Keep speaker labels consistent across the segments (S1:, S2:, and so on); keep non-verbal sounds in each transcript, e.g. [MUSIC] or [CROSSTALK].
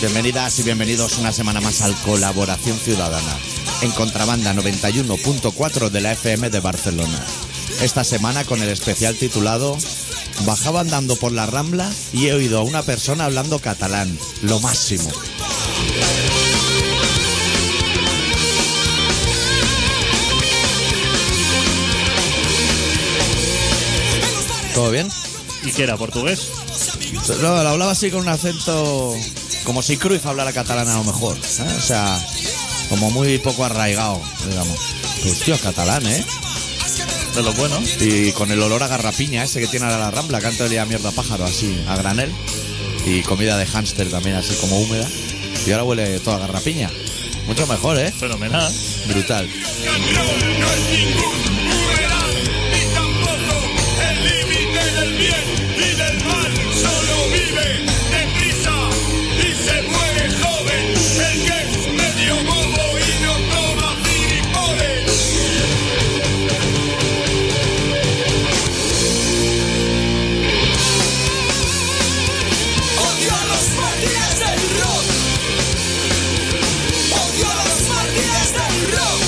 S1: Bienvenidas y bienvenidos una semana más al Colaboración Ciudadana, en contrabanda 91.4 de la FM de Barcelona. Esta semana con el especial titulado Bajaba andando por la Rambla y he oído a una persona hablando catalán, lo máximo. ¿Todo bien?
S2: ¿Y qué era? ¿Portugués?
S1: No, Pues lo hablaba así con un acento como si Cruyff hablara catalán a lo mejor. ¿eh? O sea, como muy poco arraigado, digamos. Pues tío, es catalán, ¿eh?
S2: De los buenos.
S1: Y con el olor a garrapiña ese que tiene ahora la rambla, que antes olía a mierda a pájaro, así, a granel. Y comida de hámster también, así como húmeda. Y ahora huele toda a garrapiña. Mucho mejor, ¿eh?
S2: Fenomenal.
S1: Brutal.
S3: Campeón no es ningún humedal, ni tampoco el límite del bien y del mal. Solo vive deprisa y se muere joven. El que es medio bobo y no toma gilipollas.
S4: Odio a los mártires del rock. Odio a los mártires del rock.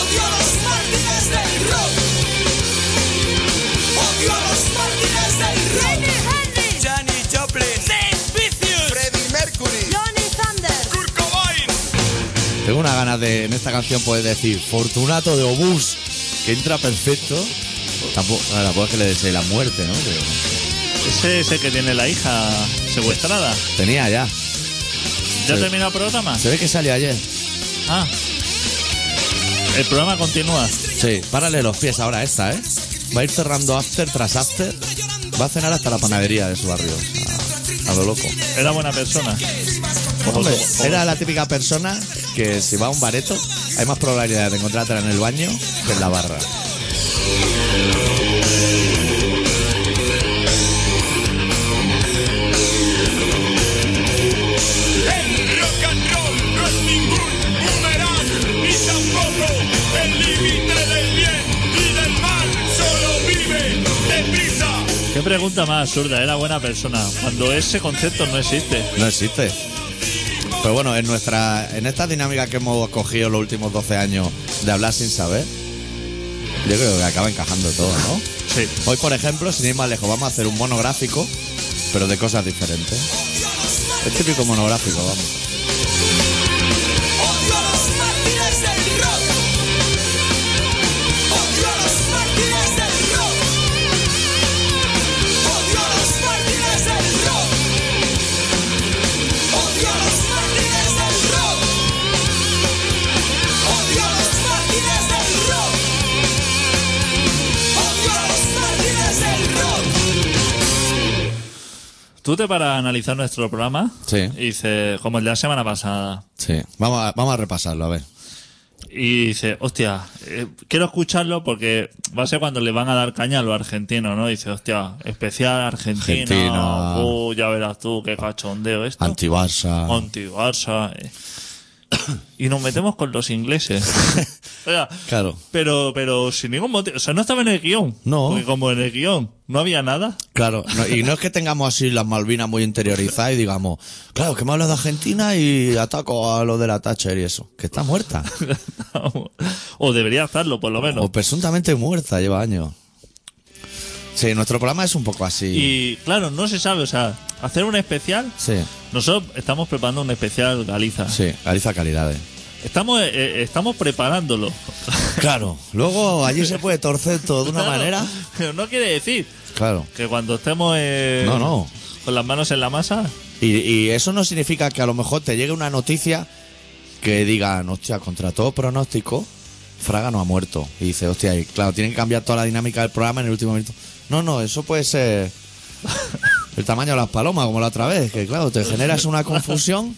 S4: Odio a los mártires del rock. Odio a los mártires del rock.
S5: Johnny Joplin, Freddie Mercury.
S3: Kurt Cobain,
S1: Tengo una ganas de, en esta canción, poder decir Fortunato de Obús, que entra perfecto. Tampoco, ahora tampoco es que le desee la muerte, ¿no? Pero
S2: Ese es el que tiene la hija secuestrada.
S1: tenía ya.
S2: ¿Ya
S1: Sí.
S2: terminó el programa?
S1: Se ve que salió ayer.
S2: Ah. El programa continúa.
S1: Sí, párale los pies ahora a esta, ¿eh? Va a ir cerrando after tras after. Va a cenar hasta la panadería de su barrio. A, a lo loco.
S2: Era buena persona. Como
S1: Hombre,
S2: tú- como-
S1: era la típica persona que si va a un bareto hay más probabilidad de encontrártela en el baño que en la barra.
S3: el rock and roll no es ningún humedal, ni tampoco el límite del bien y del mal. Solo vive deprisa.
S2: Qué pregunta más absurda. Era buena persona. Cuando ese concepto no existe.
S1: No existe. Pero bueno, en nuestra en esta dinámica que hemos cogido los últimos 12 años de hablar sin saber, yo creo que acaba encajando todo, ¿no?
S2: Sí.
S1: Hoy, por ejemplo, sin ir más lejos, vamos a hacer un monográfico, pero de cosas diferentes. Es típico monográfico, vamos.
S4: Odio a los mártires del rock. Odio a los mártires del rock. Odio a los mártires del rock. Odio a los mártires del rock. Odio a los mártires del rock. Odio a los mártires del rock.
S2: Tú te para analizar nuestro programa.
S1: Sí.
S2: Y dices, como el de la semana pasada.
S1: Sí. Vamos a, vamos a repasarlo, a ver.
S2: Y dice, hostia, eh, quiero escucharlo porque va a ser cuando le van a dar caña a los argentinos, ¿no? Dice, hostia, especial Argentina.
S1: Argentina.
S2: Uh, ya verás tú, qué cachondeo esto.
S1: Antibarsa.
S2: Anti-Barça. eh. y nos metemos con los ingleses. [LAUGHS] o sea,
S1: Claro.
S2: pero, pero sin ningún motivo. O sea, no estaba en el guión.
S1: No.
S2: Porque como en el guión no había nada. [LAUGHS]
S1: Claro, no- y no es que tengamos así las Malvinas muy interiorizadas y digamos, claro, que me hablas de Argentina y ataco a lo de la Thatcher y eso, que está muerta,
S2: o debería estarlo, por lo menos.
S1: o presuntamente muerta, lleva años. Sí, nuestro programa es un poco así.
S2: Y claro, no se sabe. O sea, hacer un especial.
S1: Sí,
S2: Nosotros estamos preparando un especial Galiza.
S1: sí, realiza calidades.
S2: Estamos, eh, eh, estamos preparándolo.
S1: Claro, luego allí se puede torcer todo de una
S2: Claro,
S1: manera.
S2: [LAUGHS] Pero no quiere decir
S1: Claro.
S2: que cuando estemos eh,
S1: No, no.
S2: con las manos en la masa,
S1: Y, y eso no significa que a lo mejor te llegue una noticia que digan, hostia, contra todo pronóstico, Fraga no ha muerto. Y dice, hostia, y claro, tienen que cambiar toda la dinámica del programa en el último minuto. No, no, eso puede
S2: [LAUGHS]
S1: ser el tamaño de las palomas, como la otra vez, que claro, te generas una confusión.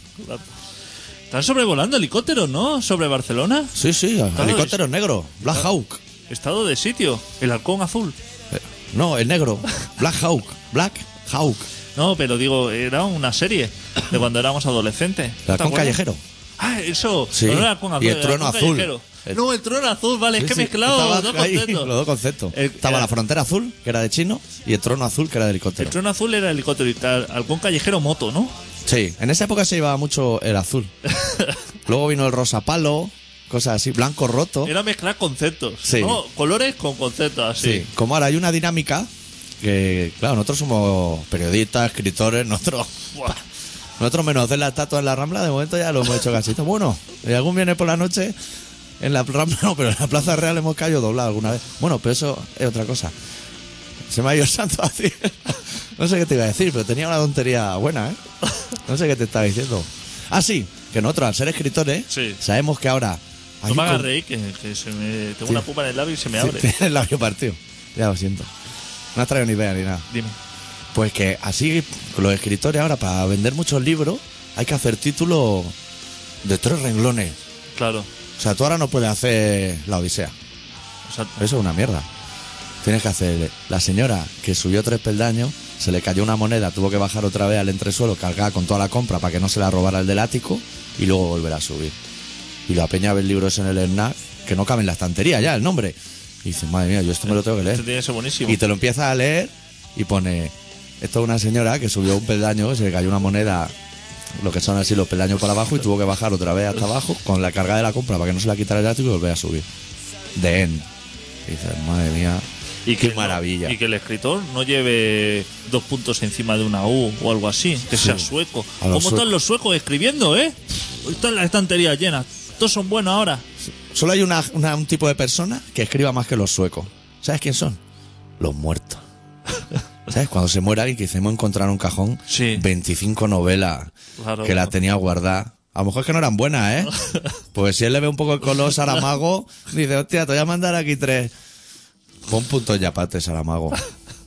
S2: están sobrevolando helicópteros, ¿no? Sobre Barcelona.
S1: Sí, sí, helicóptero negro, Black Hawk.
S2: Estado de sitio. El halcón azul.
S1: Eh, No, el negro, Black Hawk, Black Hawk,
S2: No, pero digo, era una serie de cuando éramos adolescentes.
S1: el
S2: ¿Te
S1: halcón
S2: acuerdas?
S1: callejero.
S2: Ah, eso.
S1: Sí.
S2: olor a cuna
S1: Y el
S2: a
S1: trueno
S2: cuna
S1: azul.
S2: callejero.
S1: El-
S2: No, el trueno azul, vale,
S1: Sí,
S2: es que he
S1: sí,
S2: mezclado
S1: estaba
S2: dos
S1: ahí [LAUGHS]
S2: conceptos.
S1: los dos conceptos.
S2: El-
S1: estaba
S2: era-
S1: la frontera azul, que era de chino, y el trono azul, que era de helicóptero.
S2: El trueno azul era helicóptero y tal, halcón callejero moto, ¿no?
S1: Sí, en esa época se llevaba mucho el azul. Luego vino el rosa palo, cosas así, blanco roto.
S2: Era mezclar conceptos.
S1: Oh. Sí.
S2: ¿no? Colores con conceptos así.
S1: Sí, como ahora hay una dinámica que, claro, nosotros somos periodistas, escritores, [LAUGHS] nosotros,
S2: Buah.
S1: nosotros menos hacer la estatua en la Rambla, de momento ya lo hemos hecho casi. todo. Bueno, y algún viene por la noche en la Rambla, [LAUGHS] no, pero en la Plaza Real hemos caído doblado alguna vez. Bueno, pero eso es otra cosa. Se me ha ido el santo [LAUGHS] así. No sé qué te iba a decir, pero tenía una tontería buena, ¿eh? No sé qué te estaba diciendo. Ah, sí, que nosotros al ser escritores
S2: Sí.
S1: sabemos que ahora... hay
S2: No
S1: un
S2: me hagas
S1: con-
S2: reír, que, que se me, tengo
S1: Sí.
S2: una pupa en el labio y se me
S1: Sí,
S2: abre.
S1: tiene el labio partido. Ya lo siento. No has traído ni idea ni nada.
S2: Dime.
S1: Pues que así los escritores ahora para vender muchos libros hay que hacer títulos de tres renglones.
S2: Claro.
S1: O sea, tú ahora no puedes hacer La Odisea.
S2: Exacto.
S1: Eso es una mierda. Tienes que hacer la señora que subió tres peldaños, se le cayó una moneda, tuvo que bajar otra vez al entresuelo cargada con toda la compra para que no se la robara el del ático y luego volver a subir. Y la peña ve el libro ese en el snack que no cabe en la estantería ya el nombre. Y dices, madre mía, yo esto me lo tengo que leer.
S2: Este tiene que ser buenísimo.
S1: eh. Y te lo empiezas a leer y pone, esto es una señora que subió un peldaño, se le cayó una moneda, lo que son así los peldaños para abajo y tuvo que bajar otra vez hasta abajo con la carga de la compra para que no se la quitara el ático y volver a subir. De end. Y dices, madre mía,
S2: Y
S1: qué
S2: que no-
S1: maravilla.
S2: y que el escritor no lleve dos puntos encima de una U o algo así, que sea sueco.
S1: A los
S2: ¿Cómo
S1: suecos.
S2: están los suecos escribiendo, eh? Hoy Están las estanterías llenas. Todos son buenos ahora.
S1: Solo hay una- una- un tipo de persona que escriba más que los suecos. ¿Sabes quién son? Los muertos. [LAUGHS] ¿Sabes? Cuando se muere alguien que dice, hemos encontrado en un cajón
S2: Sí.
S1: 25 novelas [LAUGHS]
S2: Claro.
S1: que la tenía guardada. A lo mejor es que no eran buenas, ¿eh? [LAUGHS] Pues si él le ve un poco el color [LAUGHS] Saramago, dice, hostia, te voy a mandar aquí tres. Pon punto ya para este Saramago.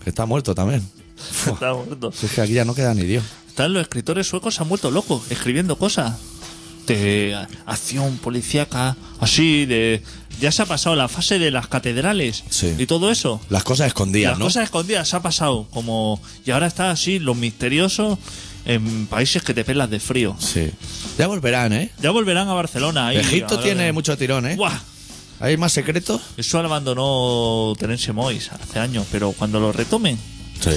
S1: Que está muerto también.
S2: [LAUGHS] Está muerto.
S1: Si es que aquí ya no queda ni Dios.
S2: Están los escritores suecos, se han vuelto locos escribiendo cosas. De acción policíaca, así, de. Ya se ha pasado la fase de las catedrales
S1: Sí.
S2: y todo eso.
S1: Las cosas escondidas,
S2: Las
S1: ¿no?
S2: cosas escondidas se ha pasado. como Y ahora está así, los misteriosos en países que te pelas de frío.
S1: Sí. Ya volverán, ¿eh?
S2: Ya volverán a Barcelona. Ahí,
S1: Egipto
S2: a-
S1: tiene mucho tirón, ¿eh?
S2: Buah,
S1: ¿Hay más secretos?
S2: Eso lo abandonó Terence Mois hace años, pero cuando lo retomen.
S1: Sí.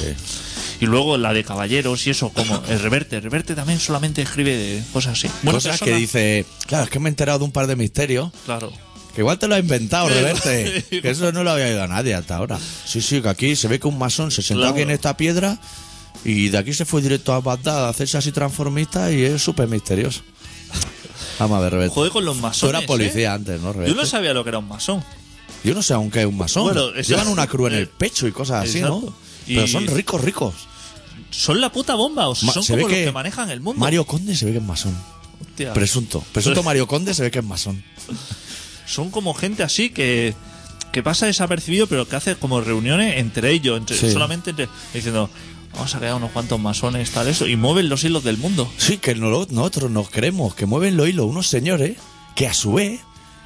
S2: Y luego la de Caballeros y eso, como el Reverte. El Reverte también solamente escribe de cosas así. Buena
S1: cosas
S2: persona.
S1: que dice, claro, es que me he enterado de un par de misterios.
S2: Claro.
S1: Que igual te lo ha inventado,
S2: Sí,
S1: Reverte.
S2: [LAUGHS] sí.
S1: que eso no lo había oído a nadie hasta ahora. Sí, sí, que aquí se ve que un masón se sentó
S2: Claro.
S1: aquí en esta piedra y de aquí se fue directo a Bagdad a hacerse así transformista y es súper misterioso. Vamos a ver, Reverte.
S2: Juegue con los masones.
S1: Tú eras
S2: ¿eh?
S1: policía antes, ¿no, Reverte?
S2: Yo no sabía lo que era un masón.
S1: Yo no sé aunque es un masón.
S2: Bueno, eso-
S1: Llevan una cruz en el pecho y cosas así, ¿no?
S2: Exacto. Y-
S1: Pero son ricos, ricos.
S2: Son la puta bomba, o sea,
S1: Ma-
S2: son
S1: se
S2: como
S1: ve
S2: los que manejan el mundo.
S1: Mario Conde se ve que es masón.
S2: Hostia.
S1: Presunto.
S2: [LAUGHS]
S1: Presunto Mario Conde se ve que es masón.
S2: son como gente así que, que pasa desapercibido, pero que hace como reuniones entre ellos, entre,
S1: Sí.
S2: solamente entre- diciendo, vamos a quedar unos cuantos masones, tal, eso, y mueven los hilos del mundo.
S1: Sí, que no- nosotros nos creemos que mueven los hilos unos señores que a su vez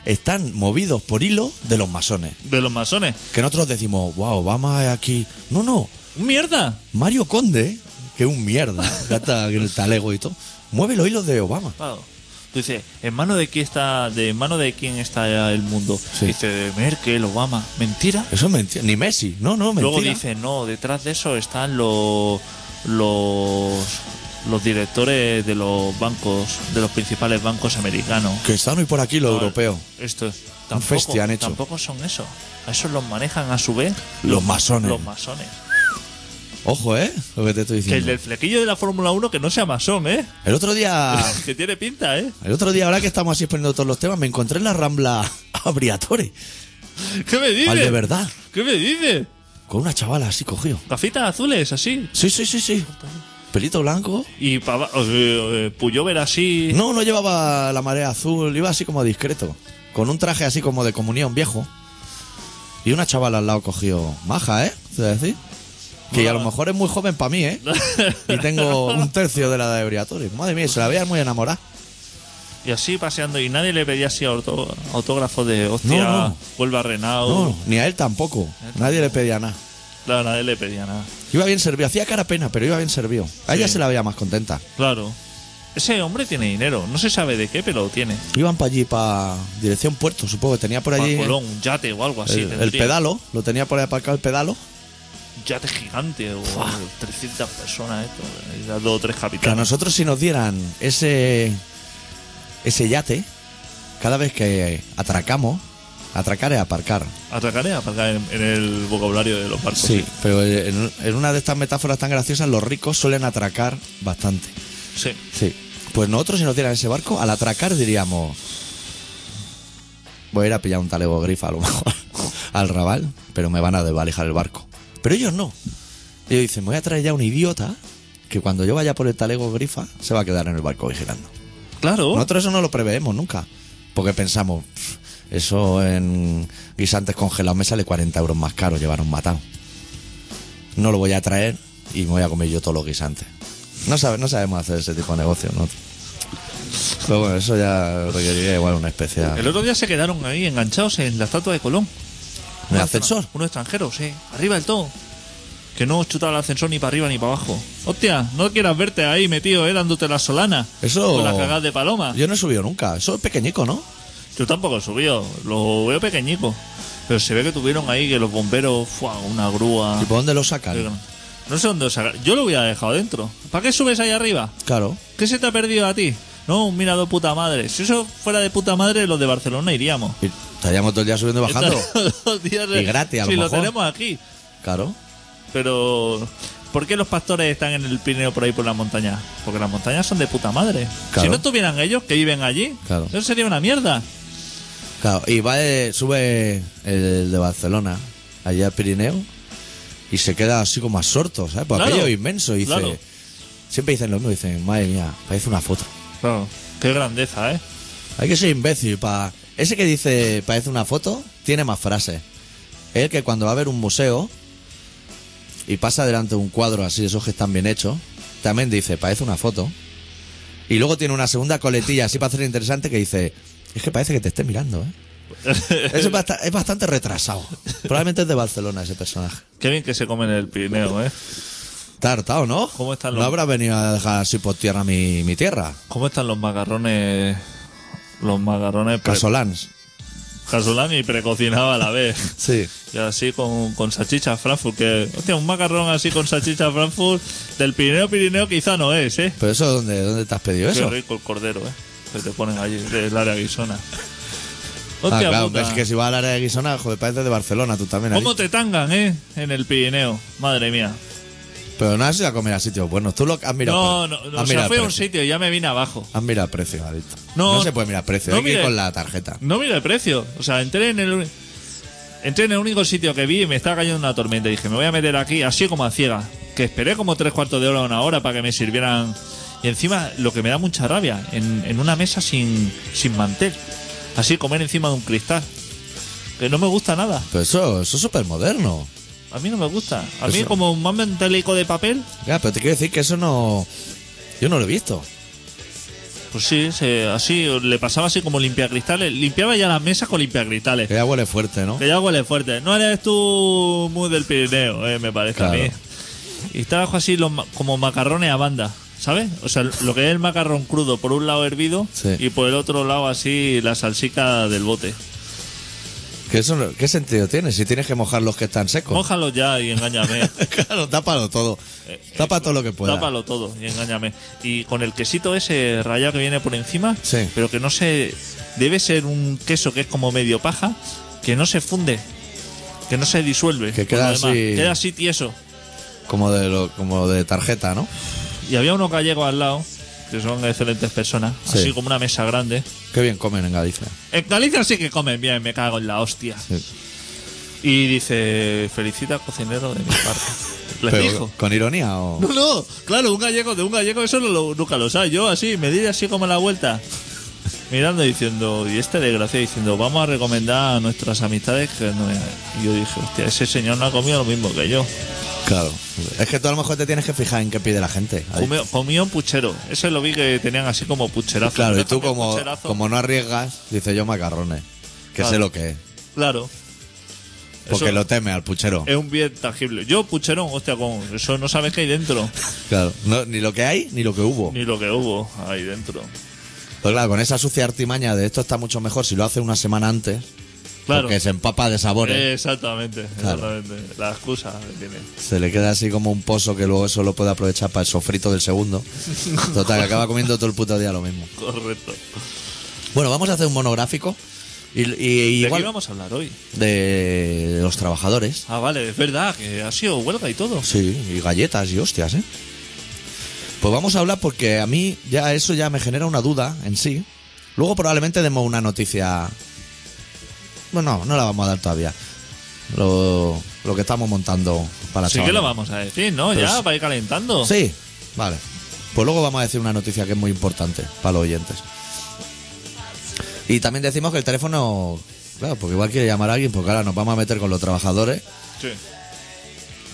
S1: están movidos por hilos de los masones.
S2: De los masones.
S1: Que nosotros decimos, wow, vamos aquí. No, no,
S2: ¡Mierda!
S1: Mario Conde, que es un mierda, [LAUGHS] ya está en el talego y todo, mueve los hilos de Obama.
S2: Claro. Tú dices, ¿en mano de quién está, de en mano de quién está el mundo?
S1: Sí.
S2: Dice, de Merkel, Obama. ¿Mentira?
S1: Eso es mentira. Ni Messi, no, no, mentira.
S2: Luego dice, no, detrás de eso están los los los directores de los bancos, de los principales bancos americanos.
S1: Que están hoy por aquí los europeos.
S2: Esto es- tampoco,
S1: festi han hecho.
S2: tampoco son eso. A esos los manejan a su vez
S1: Los masones.
S2: Los masones.
S1: Ojo, ¿eh? Lo que te estoy
S2: Que el
S1: diciendo.
S2: del flequillo de la Fórmula 1 que no sea
S1: [LAUGHS]
S2: masón, ¿eh?
S1: El otro día,
S2: que tiene pinta, ¿eh?
S1: el otro día, ahora que estamos así exponiendo todos los temas, me encontré en la rambla [LAUGHS] a Briatore,
S2: ¿Qué me
S1: al de
S2: dices?
S1: verdad,
S2: ¿Qué me dices?
S1: con una chavala así cogido.
S2: Gafitas azules, así.
S1: Sí, sí, sí, sí. Pelito blanco.
S2: Y pava- eh, eh, Puyover así.
S1: No, no llevaba la marea azul, iba así como discreto. Con un traje así como de comunión viejo. Y una chavala al lado cogió maja, ¿eh? Te voy a decir. Que a lo mejor es muy joven para mí, ¿eh? Y tengo un tercio de la edad de Briatore. Madre mía, se la veía muy enamorada.
S2: Y así paseando. Y nadie le pedía así auto- autógrafo de hostia,
S1: No, no.
S2: vuelva a Renau.
S1: No, ni a él tampoco. Nadie le pedía nada.
S2: Claro, nadie le pedía nada.
S1: Iba bien servido. Hacía cara pena, pero iba bien servido. A ella
S2: Sí.
S1: se la veía más contenta.
S2: Claro. Ese hombre tiene dinero, no se sabe de qué, pero lo tiene.
S1: Iban para allí, para dirección puerto, supongo que tenía por allí. ¿eh?
S2: Juan Colón, un yate o algo así.
S1: el, el
S2: tendría.
S1: pedalo, lo tenía por ahí aparcado el pedalo.
S2: Un yate gigante o 300 personas, esto. y da Dos o tres
S1: Que a
S2: capitanes.
S1: nosotros si nos dieran ese ese yate, cada vez que atracamos, atracar es aparcar.
S2: Atracaré, aparcar en, en el vocabulario de los barcos.
S1: Sí, pero en, en una de estas metáforas tan graciosas, los ricos suelen atracar bastante.
S2: Sí.
S1: Sí. Pues nosotros si nos dieran ese barco, al atracar diríamos... Voy a ir a pillar un talego grifa a lo mejor [LAUGHS] al rabal, pero me van a desvalijar el barco. Pero ellos no. Ellos dicen, me voy a traer ya un idiota que cuando yo vaya por el talego grifa se va a quedar en el barco vigilando.
S2: Claro.
S1: Nosotros eso no lo preveemos nunca. Porque pensamos, "Pff, eso en guisantes congelados me sale 40 euros más caro llevar un matado. No lo voy a traer y me voy a comer yo todos los guisantes. No, sabe- no sabemos hacer ese tipo de negocio, ¿no? Pero bueno, eso ya requeriría igual una
S2: El
S1: especial.
S2: otro día se quedaron ahí enganchados en la estatua de Colón.
S1: ¿En el ascensor?
S2: Uno extranjero, sí. Arriba del todo. Que no chutaba el ascensor ni para arriba ni para abajo. Hostia, no quieras verte ahí metido, eh, dándote la solana.
S1: Eso-
S2: Con las cagadas de paloma. Yo,
S1: Yo no he subido nunca. Eso es pequeñico, ¿no?
S2: tampoco he subido. Lo veo pequeñico. Pero se ve que tuvieron ahí que los bomberos, ¡fua! una grúa.
S1: ¿Y por dónde lo sacan?
S2: No sé dónde lo saca- Yo lo hubiera dejado dentro. ¿Para qué subes ahí arriba?
S1: Claro.
S2: ¿Qué se te ha perdido a ti? No, un mirador puta madre. Si eso fuera de puta madre, los de Barcelona iríamos.
S1: Y estaríamos todo el día subiendo y bajando.
S2: Todos [LAUGHS] los días-
S1: Y gratis, a lo
S2: si
S1: mejor.
S2: tenemos aquí.
S1: Claro.
S2: Pero, ¿por qué los pastores están en el Pirineo por ahí por las montañas? Porque las montañas son de puta madre.
S1: Claro.
S2: Si no estuvieran ellos que viven allí,
S1: Claro.
S2: eso sería una mierda.
S1: Claro, y va de- sube el de Barcelona, allá al Pirineo, y se queda así como absorto, ¿sabes? Pues
S2: Claro,
S1: aquello es inmenso, dice.
S2: claro.
S1: Siempre dicen lo mismo, dicen, madre mía, parece una foto.
S2: Claro. Qué grandeza, ¿eh?
S1: Hay que ser imbécil para. Ese que dice parece una foto, tiene más frases. Es el que cuando va a ver un museo y pasa delante de un cuadro así, esos que están bien hechos, también dice parece una foto. Y luego tiene una segunda coletilla así para hacer interesante que dice, es que parece que te esté mirando,
S2: [LAUGHS]
S1: ¿eh? Ese es, basta- es bastante retrasado. Probablemente es de Barcelona ese personaje.
S2: Qué bien que se comen en el Pirineo, ¿eh?
S1: Está hartado, ¿no?
S2: ¿Cómo están
S1: No
S2: los-
S1: habrás venido a dejar así por tierra mi, mi tierra.
S2: ¿Cómo están los macarrones? Los macarrones pre-
S1: Casolans.
S2: casolán y precocinados a la vez.
S1: Sí.
S2: Y así con, con salchicha Frankfurt, que... Hostia, un macarrón así con salchicha Frankfurt del Pirineo Pirineo quizá no es, ¿eh?
S1: Pero eso, ¿dónde, dónde te has pedido
S2: Qué
S1: eso?
S2: rico el cordero, ¿eh? Que te ponen allí del área guisona.
S1: Ah,
S2: Hostia
S1: claro,
S2: puta.
S1: es que si vas al área de Guisona, joder, pareces de Barcelona tú también.
S2: ¿Cómo
S1: ahí.
S2: te tangan, eh? En el Pirineo. Madre mía.
S1: Pero no has ido a comer a sitios buenos. Tú lo has mirado.
S2: No, no, no.
S1: has
S2: O sea,
S1: mirado
S2: fui a
S1: el
S2: un
S1: precio.
S2: sitio y ya me vine abajo.
S1: Has mirado el precio, adicto. No,
S2: No,
S1: se puede mirar precio,
S2: no
S1: hay que ir
S2: mire-
S1: con la tarjeta.
S2: No mira el precio. O sea, entré en el... uni- Entré en el único sitio que vi y me estaba cayendo una tormenta. Y dije, me voy a meter aquí así como a ciega. Que esperé como tres cuartos de hora o una hora para que me sirvieran... Y encima, lo que me da mucha rabia, en, en una mesa sin, sin mantel. Así comer encima de un cristal. Que no me gusta nada.
S1: Pero eso, eso es súper moderno.
S2: A mí no me gusta. A mí
S1: Eso.
S2: como un más mentalico de papel,
S1: Ya, pero te quiero decir que eso no. Yo no lo he visto.
S2: pues sí, se- así le pasaba así como limpiacristales. Limpiaba ya las mesas con limpiacristales.
S1: Que ya huele fuerte, ¿no?
S2: Que ya huele fuerte. No eres tú muy del Pirineo, eh, me parece a mí.
S1: Claro.
S2: Y estaba así los ma- como macarrones a banda, ¿sabes? O sea, lo que es el macarrón crudo por un lado hervido
S1: Sí.
S2: y por el otro lado así la salsica del bote.
S1: Que eso no- ¿Qué sentido tiene si tienes que mojar los que están secos?
S2: Mójalos ya y engáñame.
S1: [LAUGHS] claro, tápalo todo. Tapa todo lo que [LAUGHS] pueda.
S2: Eh, Tápalo todo y engáñame. Y con el quesito ese rayado que viene por encima,
S1: Sí.
S2: pero que no se. Debe ser un queso que es como medio paja, que no se funde, que no se disuelve.
S1: Que
S2: con lo
S1: queda
S2: demás.
S1: así-
S2: Queda así tieso.
S1: Como de lo, como de tarjeta, ¿no?
S2: Y había unos gallegos al lado, que son excelentes personas,
S1: Sí.
S2: así como una mesa grande.
S1: Qué bien comen en Galicia.
S2: En Galicia sí que comen bien, me cago en la hostia.
S1: Sí.
S2: Y dice: Felicita al cocinero de mi
S1: [LAUGHS]
S2: parte. Les
S1: Pero,
S2: dijo.
S1: ¿Con ironía o.?
S2: No, no, claro, un gallego de un gallego, eso no lo- nunca lo sabe. Yo así, me diré así como a la vuelta, mirando y diciendo, y este desgracia diciendo, vamos a recomendar a nuestras amistades que no me-". Y yo dije, hostia, ese señor no ha comido lo mismo que yo.
S1: Claro. Es que tú a lo mejor te tienes que fijar en qué pide la gente. Ahí.
S2: Comió, comió un puchero. Ese lo vi que tenían así como pucherazo.
S1: Claro, y
S2: Entonces
S1: tú
S2: comía
S1: como,
S2: pucherazo.
S1: como no arriesgas, dice yo macarrones, que
S2: Claro.
S1: sé lo que es.
S2: Claro.
S1: Porque
S2: Eso- Eh.
S1: lo teme al puchero.
S2: Es un bien tangible. Yo, pucherón, hostia, con eso no sabes qué hay dentro,
S1: Claro. No, ni lo que hay, ni lo que hubo.
S2: ni lo que hubo ahí dentro.
S1: Pero claro, con esa sucia artimaña de esto está mucho mejor si lo hace una semana antes.
S2: Claro.
S1: Porque se empapa de sabores.
S2: Eh, Exactamente,
S1: Claro.
S2: exactamente. La excusa que tiene.
S1: Se le queda así como un pozo que luego eso lo puede aprovechar para el sofrito del segundo. Total, que acaba comiendo todo el puto día lo mismo.
S2: Correcto.
S1: Bueno, vamos a hacer un monográfico. Y, y- y
S2: ¿De
S1: igual
S2: qué vamos a hablar hoy?
S1: de los trabajadores.
S2: Ah, vale, es verdad, que ha sido huelga y todo.
S1: Sí, y galletas y hostias, ¿eh? Pues vamos a hablar porque a mí ya eso ya me genera una duda en sí. Luego probablemente demos una noticia. Bueno, no, no la vamos a dar todavía. Lo, lo que estamos montando para la
S2: Así que
S1: chavalada.
S2: lo vamos a decir, ¿no?
S1: Pero
S2: ya,
S1: sí.
S2: para ir calentando.
S1: Sí, vale. Pues luego vamos a decir una noticia que es muy importante para los oyentes. Y también decimos que el teléfono. Claro, porque igual quiere llamar a alguien, porque ahora nos vamos a meter con los trabajadores.
S2: Sí.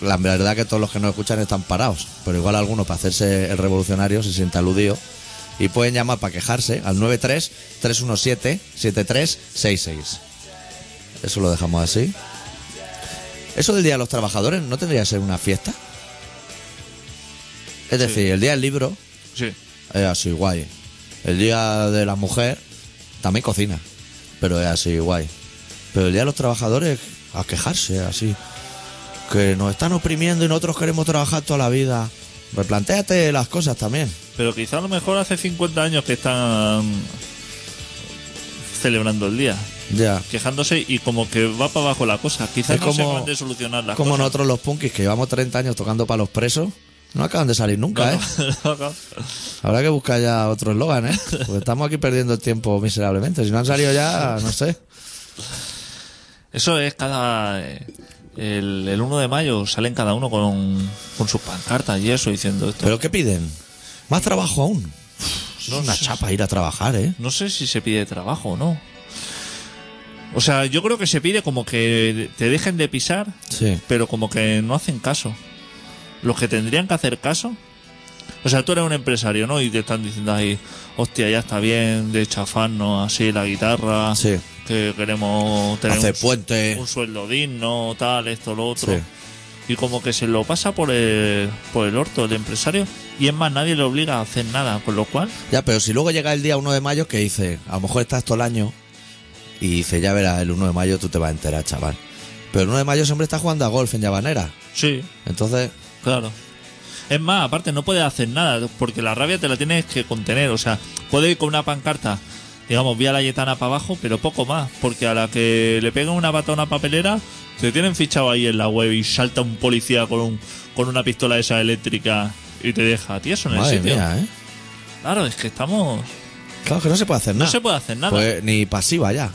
S1: La verdad que todos los que nos escuchan están parados, pero igual algunos para hacerse el revolucionario se siente aludido y pueden llamar para quejarse al 93-317-7366. Eso lo dejamos así. ¿Eso del Día de los Trabajadores no tendría que ser una fiesta? Es decir, el Día del Libro
S2: Sí.
S1: es así guay. El Día de la Mujer también cocina, pero es así guay. Pero el Día de los Trabajadores a quejarse, así. Que nos están oprimiendo y nosotros queremos trabajar toda la vida. Replantéate las cosas también.
S2: Pero quizá a lo mejor hace 50 años que están celebrando el día,
S1: Ya.
S2: quejándose y como que va para abajo la cosa. Quizás
S1: Es
S2: no
S1: como-
S2: sepan de solucionar las
S1: Como
S2: cosas.
S1: nosotros los punkis que llevamos 30 años tocando para los presos, no acaban de salir nunca, ¿eh?
S2: [LAUGHS] No, no, no.
S1: Habrá que buscar ya otro eslogan, [LAUGHS] ¿eh? Porque estamos aquí perdiendo el tiempo miserablemente. Si no han salido ya, no sé.
S2: Eso es cada. eh, El, el 1 de mayo salen cada uno con, con sus pancartas y eso diciendo esto.
S1: ¿Pero qué piden? Más trabajo aún. Es
S2: No
S1: una
S2: sé.
S1: chapa ir a trabajar, ¿eh?
S2: No sé si se pide trabajo o no. O sea, yo creo que se pide como que te dejen de pisar,
S1: Sí.
S2: pero como que no hacen caso. Los que tendrían que hacer caso. O sea, tú eres un empresario, ¿no? Y te están diciendo ahí, hostia, ya está bien de chafarnos así la guitarra,
S1: Sí.
S2: que queremos tener
S1: Hacer
S2: un,
S1: puente.
S2: un sueldo digno, tal, esto, lo otro.
S1: Sí.
S2: Y como que se lo pasa por el, por el orto el empresario, y es más, nadie le obliga a hacer nada, con lo cual,
S1: Ya, pero si luego llega el día 1 de mayo que dice, a lo mejor estás todo el año y dice, ya verás, el 1 de mayo tú te vas a enterar, chaval. Pero el 1 de mayo siempre está jugando a golf en Llavanera.
S2: sí,
S1: Entonces,
S2: Claro. Es más, aparte no puedes hacer nada, porque la rabia te la tienes que contener. O sea, puedes ir con una pancarta, digamos, vía la yetana para abajo, pero poco más, porque a la que le pegan una pata a una papelera, te tienen fichado ahí en la web y salta un policía con, un, con una pistola de esa eléctrica y te deja tieso en el
S1: madre
S2: sitio.
S1: mía, ¿eh?
S2: Claro, es que estamos.
S1: Claro que no se puede hacer
S2: No
S1: nada.
S2: se puede hacer nada.
S1: Pues ni pasiva ya.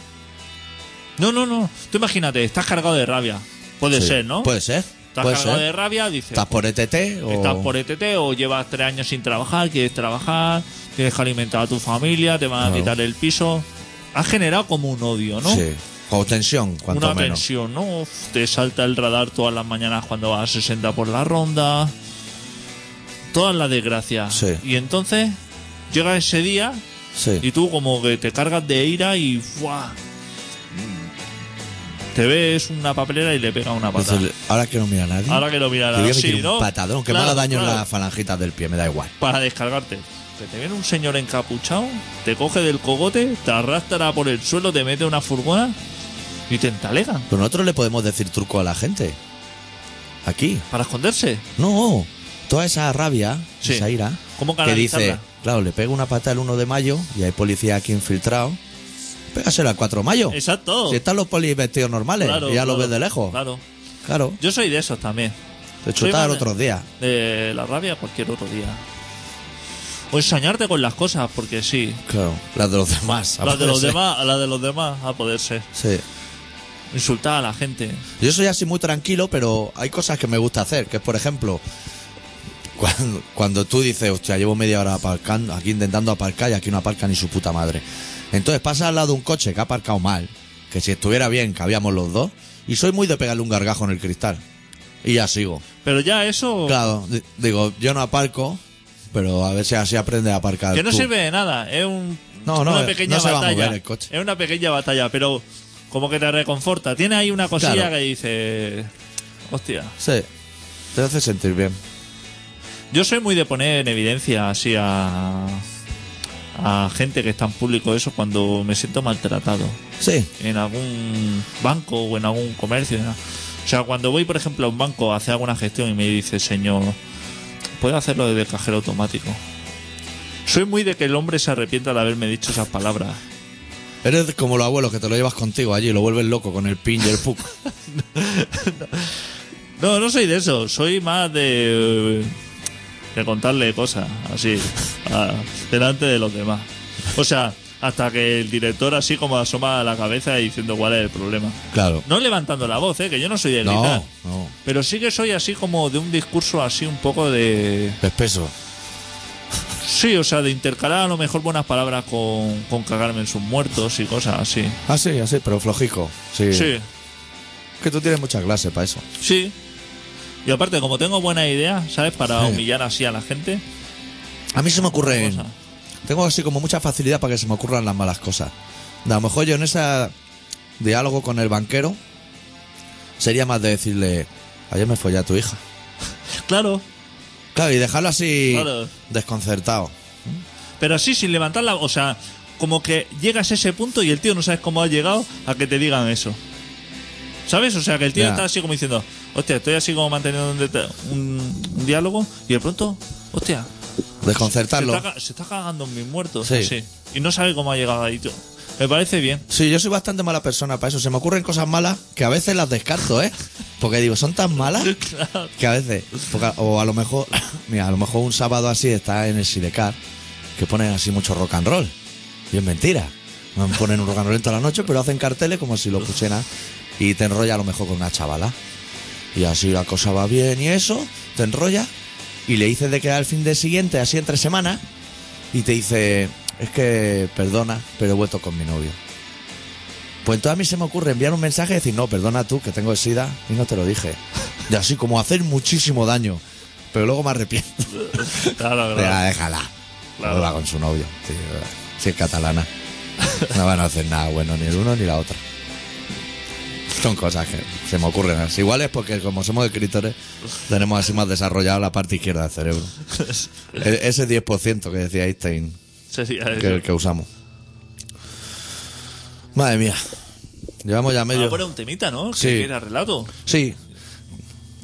S2: No, no, no. Tú imagínate, estás cargado de rabia. Puede
S1: Sí.
S2: ser, ¿no?
S1: Puede ser.
S2: Estás
S1: puede
S2: cargado
S1: ser.
S2: de rabia, dices.
S1: Estás por ETT o...
S2: Estás por E ETT o llevas tres años sin trabajar, quieres trabajar, tienes que alimentar a tu familia, te van a
S1: Claro.
S2: quitar el piso. Ha generado como un odio, ¿no?
S1: Sí. O tensión, cuanto
S2: Una
S1: menos.
S2: tensión, ¿no? Uf, Te salta el radar todas las mañanas cuando vas a 60 por la ronda. Todas las desgracias.
S1: Sí.
S2: Y entonces llega ese día
S1: Sí.
S2: y tú como que te cargas de ira y ¡fua! Te ves una papelera y le pega una patada.
S1: Entonces, ahora que no mira a nadie.
S2: Ahora que lo mirarás,
S1: diría que
S2: sí,
S1: quiero
S2: ¿no?
S1: un patadón, que me
S2: Claro,
S1: haga daño en
S2: claro.
S1: las falangitas del pie, me da igual.
S2: para descargarte. Que te viene un señor encapuchado, te coge del cogote, te arrastra por el suelo, te mete una furgona y te entalega
S1: Pero nosotros le podemos decir truco a la gente. Aquí.
S2: para esconderse.
S1: No, toda esa rabia,
S2: Sí.
S1: esa ira,
S2: ¿Cómo
S1: que dice,
S2: canalizarla?
S1: claro, le pego una pata el 1 de mayo y hay policía aquí infiltrado, pégasela el 4 de mayo.
S2: Exacto.
S1: Si están los polis vestidos normales,
S2: Claro,
S1: y ya
S2: claro,
S1: los ves de lejos. Claro,
S2: Claro. Yo soy de esos también.
S1: te
S2: Soy
S1: chutar
S2: más de-
S1: otros días.
S2: De la rabia cualquier otro día. O ensañarte con las cosas, porque sí.
S1: Claro, las de los demás. a
S2: La de los
S1: poder ser.
S2: demás, la de los demás, a poder ser.
S1: Sí.
S2: Insultar a la gente.
S1: Yo soy así muy tranquilo, pero hay cosas que me gusta hacer, que es, por ejemplo, cuando, cuando tú dices, hostia, llevo media hora aparcando, aquí intentando aparcar y aquí no aparca ni su puta madre. Entonces pasa al lado de un coche que ha aparcado mal, que si estuviera bien cabíamos los dos, y soy muy de pegarle un gargajo en el cristal. Y ya sigo.
S2: Pero ya eso.
S1: Claro, di- digo, yo no aparco, pero a ver si así aprende a aparcar.
S2: Que no
S1: tú.
S2: sirve de nada, es un,
S1: No, no,
S2: una
S1: eh,
S2: pequeña
S1: no se va a
S2: batalla.
S1: mover el coche.
S2: Es una pequeña batalla, pero Como que te reconforta. Tiene ahí una cosilla
S1: Claro.
S2: que dice. Hostia.
S1: Sí. Te hace sentir bien.
S2: Yo soy muy de poner en evidencia así a. a gente que está en público eso cuando me siento maltratado.
S1: Sí.
S2: en algún banco o en algún comercio. ¿no? O sea, cuando voy, por ejemplo, a un banco a hacer alguna gestión y me dice, señor, ¿puedo hacerlo desde el cajero automático? Soy muy de que el hombre se arrepienta de haberme dicho esas palabras.
S1: Eres como los abuelos que te lo llevas contigo allí y lo vuelves loco con el pin y el
S2: [LAUGHS]
S1: puck.
S2: No, no soy de eso. Soy más de. eh, de contarle cosas, así, [LAUGHS] a- delante de los demás. O sea, hasta que el director así como asoma la cabeza y diciendo cuál es el problema.
S1: Claro.
S2: No levantando la voz, ¿eh? que yo no soy de gritar.
S1: No, no.
S2: Pero sí que soy así como de un discurso así un poco de...
S1: Espeso.
S2: Sí, o sea, de intercalar a lo mejor buenas palabras con, con cagarme en sus muertos y cosas así.
S1: Ah, sí, así, pero flojico. Sí.
S2: Sí,
S1: Que tú tienes mucha clase para eso.
S2: sí. Y aparte, como tengo buena idea, ¿sabes? Para
S1: Sí.
S2: humillar así a la gente. pues,
S1: A mí se me ocurren.
S2: Cosa.
S1: Tengo así como mucha facilidad para que se me ocurran las malas cosas. A lo mejor yo en ese diálogo con el banquero sería más de decirle: Ayer me follé a tu hija.
S2: Claro,
S1: Claro, y dejarlo así
S2: Claro.
S1: desconcertado.
S2: pero así sin levantar la... O sea, como que llegas a ese punto y el tío no sabes cómo ha llegado a que te digan eso. ¿Sabes? O sea, que el tío
S1: Ya.
S2: está así como diciendo, hostia, estoy así como manteniendo un, deta- un- un diálogo y de pronto, hostia, Se
S1: Desconcertarlo.
S2: está, ca- se está cagando en mis muertos.
S1: Sí.
S2: así. Y no sabe cómo ha llegado ahí. tú. Me parece bien. [LAUGHS]
S1: Sí, yo soy bastante mala persona para eso. Se me ocurren cosas malas que a veces las descarto, ¿eh? Porque digo, son tan malas que a veces. porque a- o a lo mejor, mira, a lo mejor un sábado así está en el Sidecar que ponen así mucho rock and roll. Y es mentira. No ponen un rock and roll en toda la noche, pero hacen carteles como si lo pusieran y te enrolla a lo mejor con una chavala. Y así la cosa va bien y eso, te enrolla y le dices de quedar el fin de siguiente, así entre semanas, y te dice, es que perdona, pero he vuelto con mi novio. Pues entonces a mí se me ocurre enviar un mensaje y decir, no, perdona tú, que tengo SIDA y no te lo dije. Y así como hacer muchísimo daño. Pero luego me arrepiento.
S2: Claro,
S1: Venga,
S2: claro.
S1: déjala.
S2: Claro.
S1: No va con su novio. tío. Si es catalana. No van a hacer nada bueno, ni el uno ni la otra. Son cosas que se me ocurren. así. Igual es porque como somos escritores, tenemos así más desarrollado la parte izquierda del
S2: [LAUGHS]
S1: cerebro. E- ese 10% que decía Einstein,
S2: Sería
S1: que,
S2: eso.
S1: que usamos. Madre mía. Llevamos ya medio...
S2: Ah, fuera un temita, ¿no? Que
S1: Sí.
S2: quiera relato.
S1: Sí.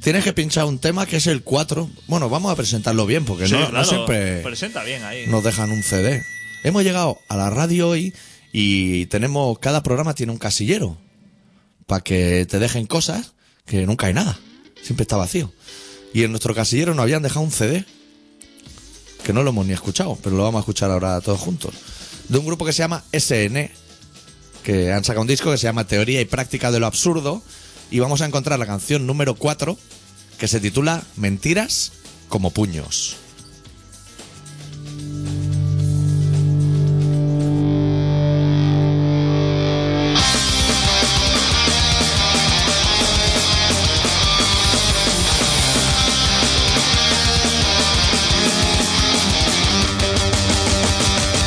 S1: Tienes que pinchar un tema que es el 4. Bueno, vamos a presentarlo bien porque
S2: Sí,
S1: no, no
S2: claro.
S1: siempre
S2: Presenta bien ahí.
S1: nos dejan un CD. Hemos llegado a la radio hoy y tenemos, cada programa tiene un casillero para que te dejen cosas que nunca hay nada. Siempre está vacío. Y en nuestro casillero nos habían dejado un CD que no lo hemos ni escuchado, pero lo vamos a escuchar ahora todos juntos. De un grupo que se llama SN, que han sacado un disco que se llama Teoría y Práctica de lo Absurdo. Y vamos a encontrar la canción número 4 que se titula Mentiras como puños.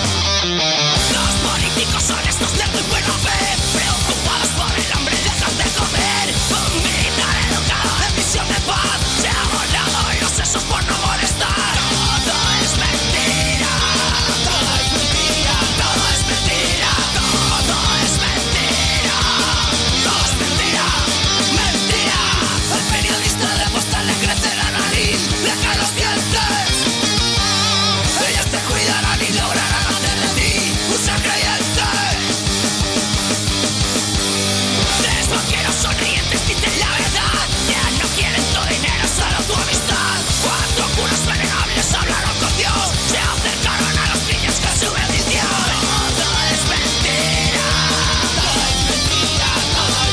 S4: Los políticos honestos de muy buena fe, preocupados por el hambre, dejan de comer. Un militar educado de misión de paz, se ha volado los sesos por no molestar. Todo es mentira, todo es mentira, todo es mentira, todo es mentira, todo es mentira, mentira. Al periodista de posta le crece la nariz, deja los dientes. Ellos te cuidarán y lograrán hacer de ti un creyente. Tres vaqueros sonrientes dicen la verdad. Ya no quieren tu dinero, solo tu amistad. Cuatro curas venerables hablaron con Dios. Se acercaron a los niños con su bendición. Todo es mentira. Todo es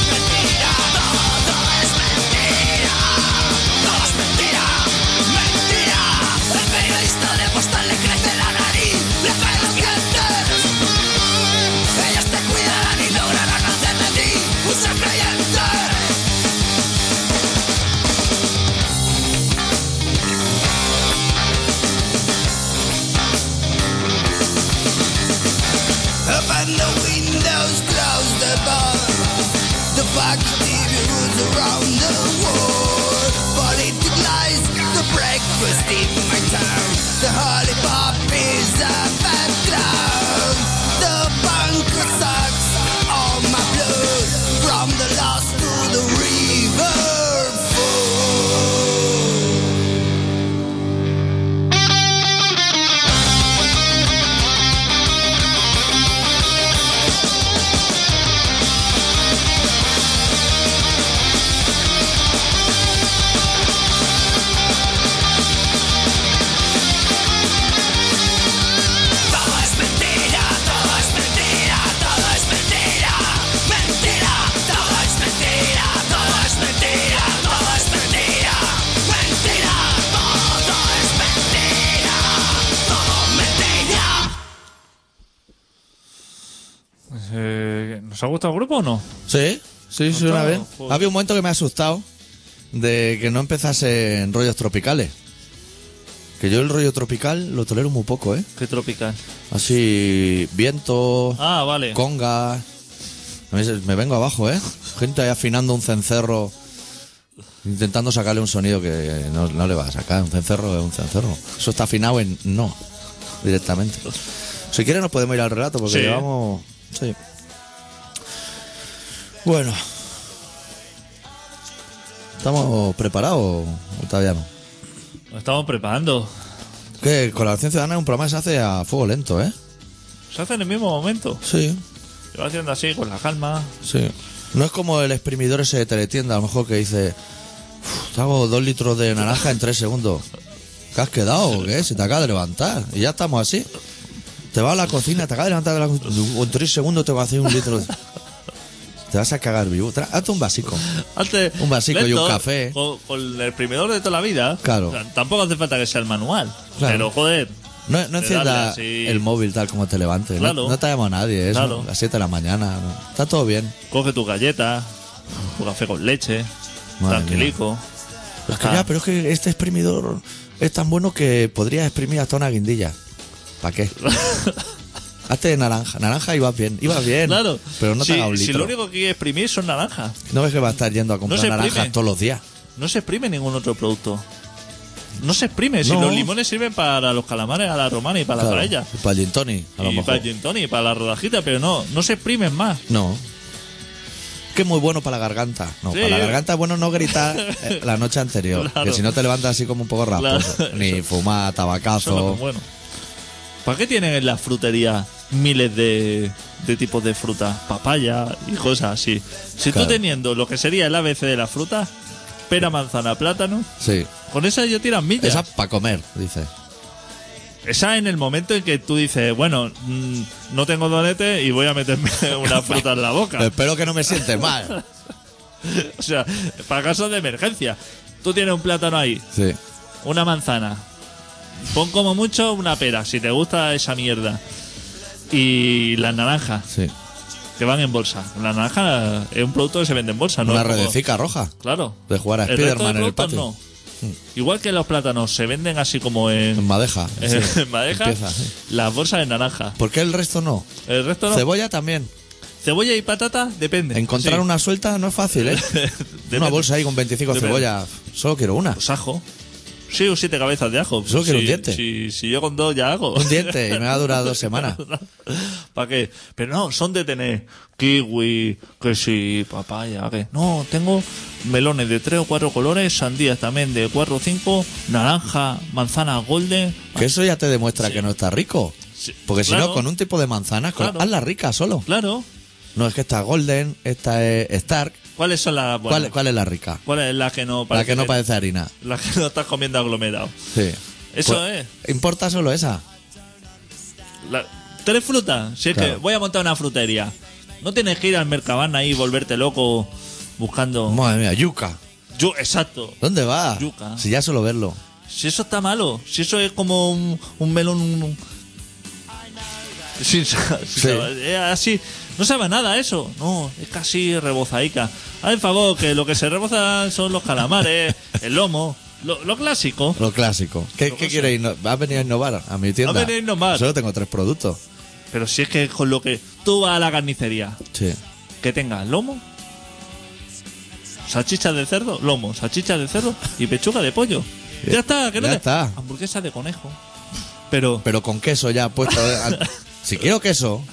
S4: mentira. Todo es mentira. Todo es mentira. Todo es mentira. Mentira. El periodista de postal le crece la nariz, le caen los dientes. Ellos te cuidarán y lograrán hacer de ti un ser creyente.
S5: Open the windows, close the bar.
S4: around the world. Political lies, the breakfast in my town. The lollipop is a bad clown. The bunker sucks all my blood. From the lost to the river flows. Todo es mentira, todo es mentira, todo es mentira, mentira, todo es mentira, todo es mentira, todo es mentira, mentira, todo es mentira, todo mentira.
S2: Eh, ¿Nos ha gustado el grupo o no?
S1: Sí, sí, sí, Ah.
S2: No,
S1: una
S2: no,
S1: vez.
S2: joder.
S1: Había un momento que me ha asustado de que no empezase en rollos tropicales. Que yo el rollo tropical lo tolero muy poco, ¿eh?
S2: Qué tropical.
S1: Así, viento,
S2: Ah, vale.
S1: congas. Me, me vengo abajo, ¿eh? Gente ahí afinando un cencerro, intentando sacarle un sonido que no, no le va a sacar. Un cencerro es un cencerro. Eso está afinado en no, directamente. Si quieres nos podemos ir al relato porque
S2: Sí.
S1: llevamos... Sí. Bueno. ¿Estamos preparados o todavía no?
S2: Nos estamos preparando.
S1: Que Colaboración Ciudadana es un programa que se hace a fuego lento, ¿eh?
S2: Se hace en el mismo momento.
S1: Sí,
S2: Se va haciendo así, con la calma.
S1: Sí. No es como el exprimidor ese de teletienda, a lo mejor que dice, "Uf, te hago dos litros de naranja en tres segundos. ¿Qué has quedado o qué? Se te acaba de levantar. Y ya estamos así. Te vas a la cocina, te acaba de levantar de la cocina. En tres segundos te vas a hacer un litro de... Te vas a cagar vivo. Tra- Hazte un básico.
S2: Antes,
S1: Un vasico y un
S2: Beto,
S1: café.
S2: Con, con el primidor de toda la vida.
S1: Claro.
S2: o sea, tampoco hace falta que sea el manual.
S1: Claro.
S2: Pero joder.
S1: No, no
S2: De
S1: enciendas
S2: darle así.
S1: el móvil tal como te levantes. No-
S2: Claro.
S1: No, te llama nadie. Es
S2: Claro.
S1: las 7 de la mañana. ¿no? Está todo bien.
S2: Coge tus galletas, tu café con leche,
S1: Madre
S2: tranquilico.
S1: Es que
S2: Ah.
S1: ya, pero es que este exprimidor es tan bueno que podrías exprimir hasta una guindilla. ¿Para
S2: [LAUGHS]
S1: qué? Hazte de naranja. Naranja ibas bien. Ibas bien.
S2: Claro.
S1: Pero no te
S2: si,
S1: hagas un
S2: si
S1: litro.
S2: lo único que quieres exprimir son naranjas.
S1: No ves que va a estar yendo a comprar
S2: se exprime.
S1: naranjas todos los días.
S2: No se exprime ningún otro producto. No se exprime. Si
S1: No.
S2: los limones sirven para los calamares, a la romana y para la
S1: Claro.
S2: paella.
S1: Y Para el gin tonic, a lo
S2: Y
S1: mejor.
S2: para el gin tonic, para la rodajita, pero no, no se exprimen más.
S1: No. Que es muy bueno para la garganta. No,
S2: Sí.
S1: para la garganta es bueno no gritar eh, la noche anterior.
S2: Claro.
S1: Que si no te levantas así como un poco rasposo. [LAUGHS]
S2: Claro.
S1: Ni fumar,
S2: Eso es lo
S1: tabacazo.
S2: que- bueno. ¿Para qué tienen en las fruterías miles de, de tipos de frutas? Papaya y cosas así. Si
S1: Claro.
S2: tú teniendo lo que sería el ABC de las frutas, pera, manzana, plátano,
S1: Sí.
S2: con esa ya tiran millas.
S1: Esa
S2: Esa,
S1: para comer, dice.
S2: en el momento en que tú dices, bueno, mm, no tengo donete y voy a meterme [LAUGHS] una fruta en la boca.
S1: Espero que no me sientes
S2: [LAUGHS]
S1: mal.
S2: O sea, para casos de emergencia. Tú tienes un plátano ahí,
S1: Sí.
S2: una manzana. Pon como mucho una pera, si te gusta esa mierda. Y las naranjas.
S1: Sí.
S2: que van en bolsa. La naranja es un producto que se vende en bolsa, ¿no?
S1: Una
S2: Es como-
S1: redecica roja.
S2: Claro.
S1: De jugar a
S2: El resto de
S1: Spiderman en el
S2: productos
S1: patio.
S2: no. Igual que los plátanos se venden así como
S1: En
S2: en,
S1: madeja.
S2: [LAUGHS] en
S1: sí.
S2: madeja,
S1: Empieza, sí.
S2: las bolsas de naranja.
S1: ¿Por qué el resto no?
S2: El resto no.
S1: Cebolla también.
S2: Cebolla y patata depende.
S1: Encontrar
S2: Sí.
S1: una suelta no es fácil, ¿eh? una
S2: [LAUGHS] Depende.
S1: bolsa ahí con 25
S2: Depende.
S1: cebollas. Solo quiero una.
S2: Pues ajo. Sí, o siete cabezas de ajo.
S1: Solo quiero
S2: Si-
S1: un diente.
S2: Si, si yo con dos ya hago.
S1: Un diente y me va a durar dos
S2: [LAUGHS]
S1: semanas.
S2: ¿Para qué? Pero no, son de tener kiwi, que si papaya, que no, tengo melones de tres o cuatro colores, sandías también de cuatro o cinco, naranja, manzana golden.
S1: Que eso ya te demuestra que no está rico.
S2: Sí,
S1: Porque si
S2: claro.
S1: no, con un tipo de manzanas, con...
S2: Claro.
S1: hazla rica solo.
S2: Claro.
S1: No es que esta Golden, esta es Stark.
S2: ¿Cuáles son las buenas?
S1: ¿Cuál, cuál es la rica?
S2: ¿Cuál es la que no
S1: La
S2: parece
S1: que no parece harina.
S2: La que no estás comiendo aglomerado.
S1: Sí.
S2: Eso
S1: Pues, Importa solo esa.
S2: La- tres frutas. Si es
S1: Claro.
S2: que voy a montar una frutería. No tienes que ir al Mercabana y volverte loco buscando.
S1: Madre mía, yuca.
S2: Yo, exacto.
S1: ¿Dónde va?
S2: Yuca.
S1: Si ya solo verlo.
S2: Si eso está malo, si eso es como un, un melón. un- un- Sin sa- sin
S1: Sí. [LAUGHS]
S2: sabor. Es así. No sabe a nada eso. No, es casi rebozaica. Haz el favor, que lo que se reboza son los calamares, el lomo, lo, lo clásico.
S1: Lo clásico. ¿Qué,
S2: Lo
S1: qué
S2: clásico.
S1: quieres? inno- ¿Has venido a innovar a mi tienda?
S2: ¿Has venido a innovar?
S1: Solo tengo tres productos.
S2: Pero si es que con lo que tú vas a la carnicería,
S1: Sí.
S2: que tengas lomo, salchichas de cerdo, lomo, salchichas de cerdo y pechuga de pollo. Ya está, que no
S1: Eh, Ya
S2: te-
S1: está.
S2: Hamburguesa de conejo. Pero, [LAUGHS]
S1: Pero con queso ya puesto. de- al- si quiero queso,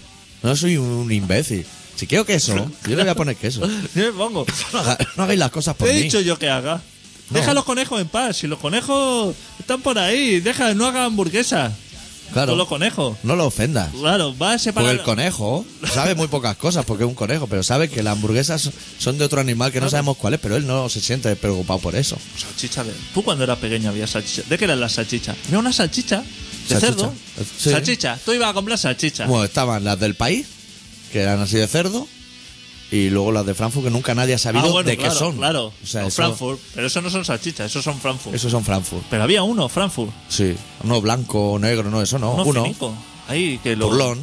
S1: no soy un imbécil. Si quiero queso, yo le voy a poner queso.
S2: yo me pongo.
S1: No, haga- no hagáis las cosas por
S2: Te he
S1: mí.
S2: dicho yo que haga.
S1: No.
S2: Deja a los conejos en paz. Si los conejos están por ahí, deja, no haga hamburguesas
S1: claro,
S2: con los conejos.
S1: no lo ofendas.
S2: Claro, va a
S1: Porque
S2: separar.
S1: el conejo sabe muy pocas cosas porque es un conejo, pero sabe que las hamburguesas son de otro animal que no sabemos cuál es, pero él no se siente preocupado por eso.
S2: Salchicha de- Tú cuando eras pequeño había salchicha. ¿De qué eran las salchichas? Era una salchicha de
S1: Salchicha.
S2: cerdo.
S1: Eh, sí.
S2: Salchicha. Tú ibas a comprar salchicha.
S1: [LAUGHS] Bueno, estaban las del país, que eran así de cerdo, y luego las de Frankfurt, que nunca nadie ha sabido
S2: Ah, bueno,
S1: de
S2: claro,
S1: qué son.
S2: Claro.
S1: O sea,
S2: Los
S1: eso-
S2: Frankfurt. Pero eso no son salchichas, esos son Frankfurt.
S1: Esos son Frankfurt.
S2: Pero había uno, Frankfurt.
S1: Sí. Uno blanco, negro, no, eso no.
S2: uno
S1: Oh, Uno,
S2: finico. Ahí que lo-
S1: burlón,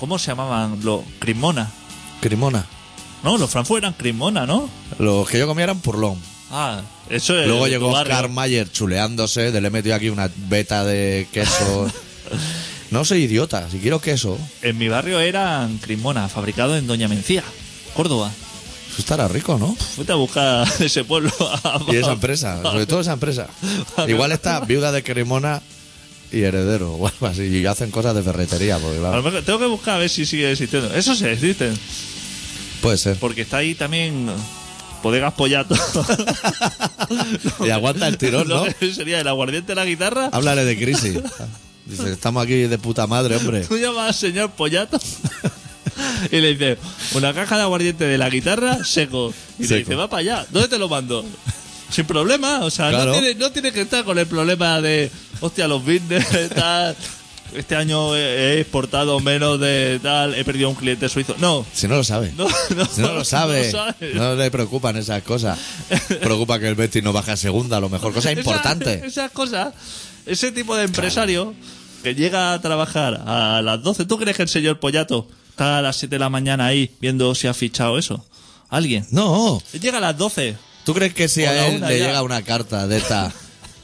S2: ¿Cómo se llamaban? Los crimona.
S1: crimona.
S2: No, los Frankfurt eran crimona, ¿no?
S1: Los que yo comía eran purlón.
S2: Ah, eso es.
S1: Luego
S2: de tu
S1: llegó
S2: barrio.
S1: Oscar Mayer chuleándose, de le he metido aquí una beta de
S2: [LAUGHS]
S1: queso. no soy idiota, si quiero queso,
S2: En mi barrio eran crimona, fabricado en Doña Mencía, Córdoba.
S1: eso estará rico, ¿no?
S2: Fuiste a buscar [LAUGHS] ese pueblo.
S1: [LAUGHS] Y esa empresa, sobre todo esa empresa. Igual está viuda de Cremona y heredero o algo así. Y hacen cosas de ferretería, porque
S2: A lo
S1: claro.
S2: mejor tengo que buscar a ver si sigue existiendo. Eso se existen.
S1: Puede ser.
S2: Porque está ahí también Bodegas Pollato.
S1: [LAUGHS]
S2: pues
S1: Y aguanta el
S2: [LAUGHS]
S1: tirón,
S2: Lo
S1: ¿no?
S2: que Sería el aguardiente de la guitarra.
S1: Háblale de crisis. Dice, estamos aquí de puta madre, hombre.
S2: [LAUGHS] Tú llamas al señor Pollato [LAUGHS] y le dices, una caja de aguardiente de la guitarra seco. Y
S1: Seco.
S2: le dice, va para allá, ¿dónde te lo mando? Sin problema, o sea,
S1: Claro.
S2: no, tienes, no tienes que estar con el problema de, hostia, los business, [LAUGHS] tal. Este año he, he exportado menos de tal, he perdido un cliente suizo. No,
S1: Si no lo sabe.
S2: no, [LAUGHS] no.
S1: Si no lo sabe.
S2: no sabes.
S1: No le preocupan esas cosas. Preocupa que el Betis no baje a segunda, a lo mejor. Cosa
S2: Esa- [LAUGHS] Esas,
S1: importante.
S2: cosas, ese tipo de empresario que llega a trabajar a las 12. ¿Tú crees que el señor Pollato está a las 7 de la mañana ahí viendo si ha fichado eso? ¿Alguien?
S1: No.
S2: Llega a las 12.
S1: ¿Tú crees que si
S2: O la
S1: a él
S2: una
S1: le
S2: ya.
S1: llega una carta de esta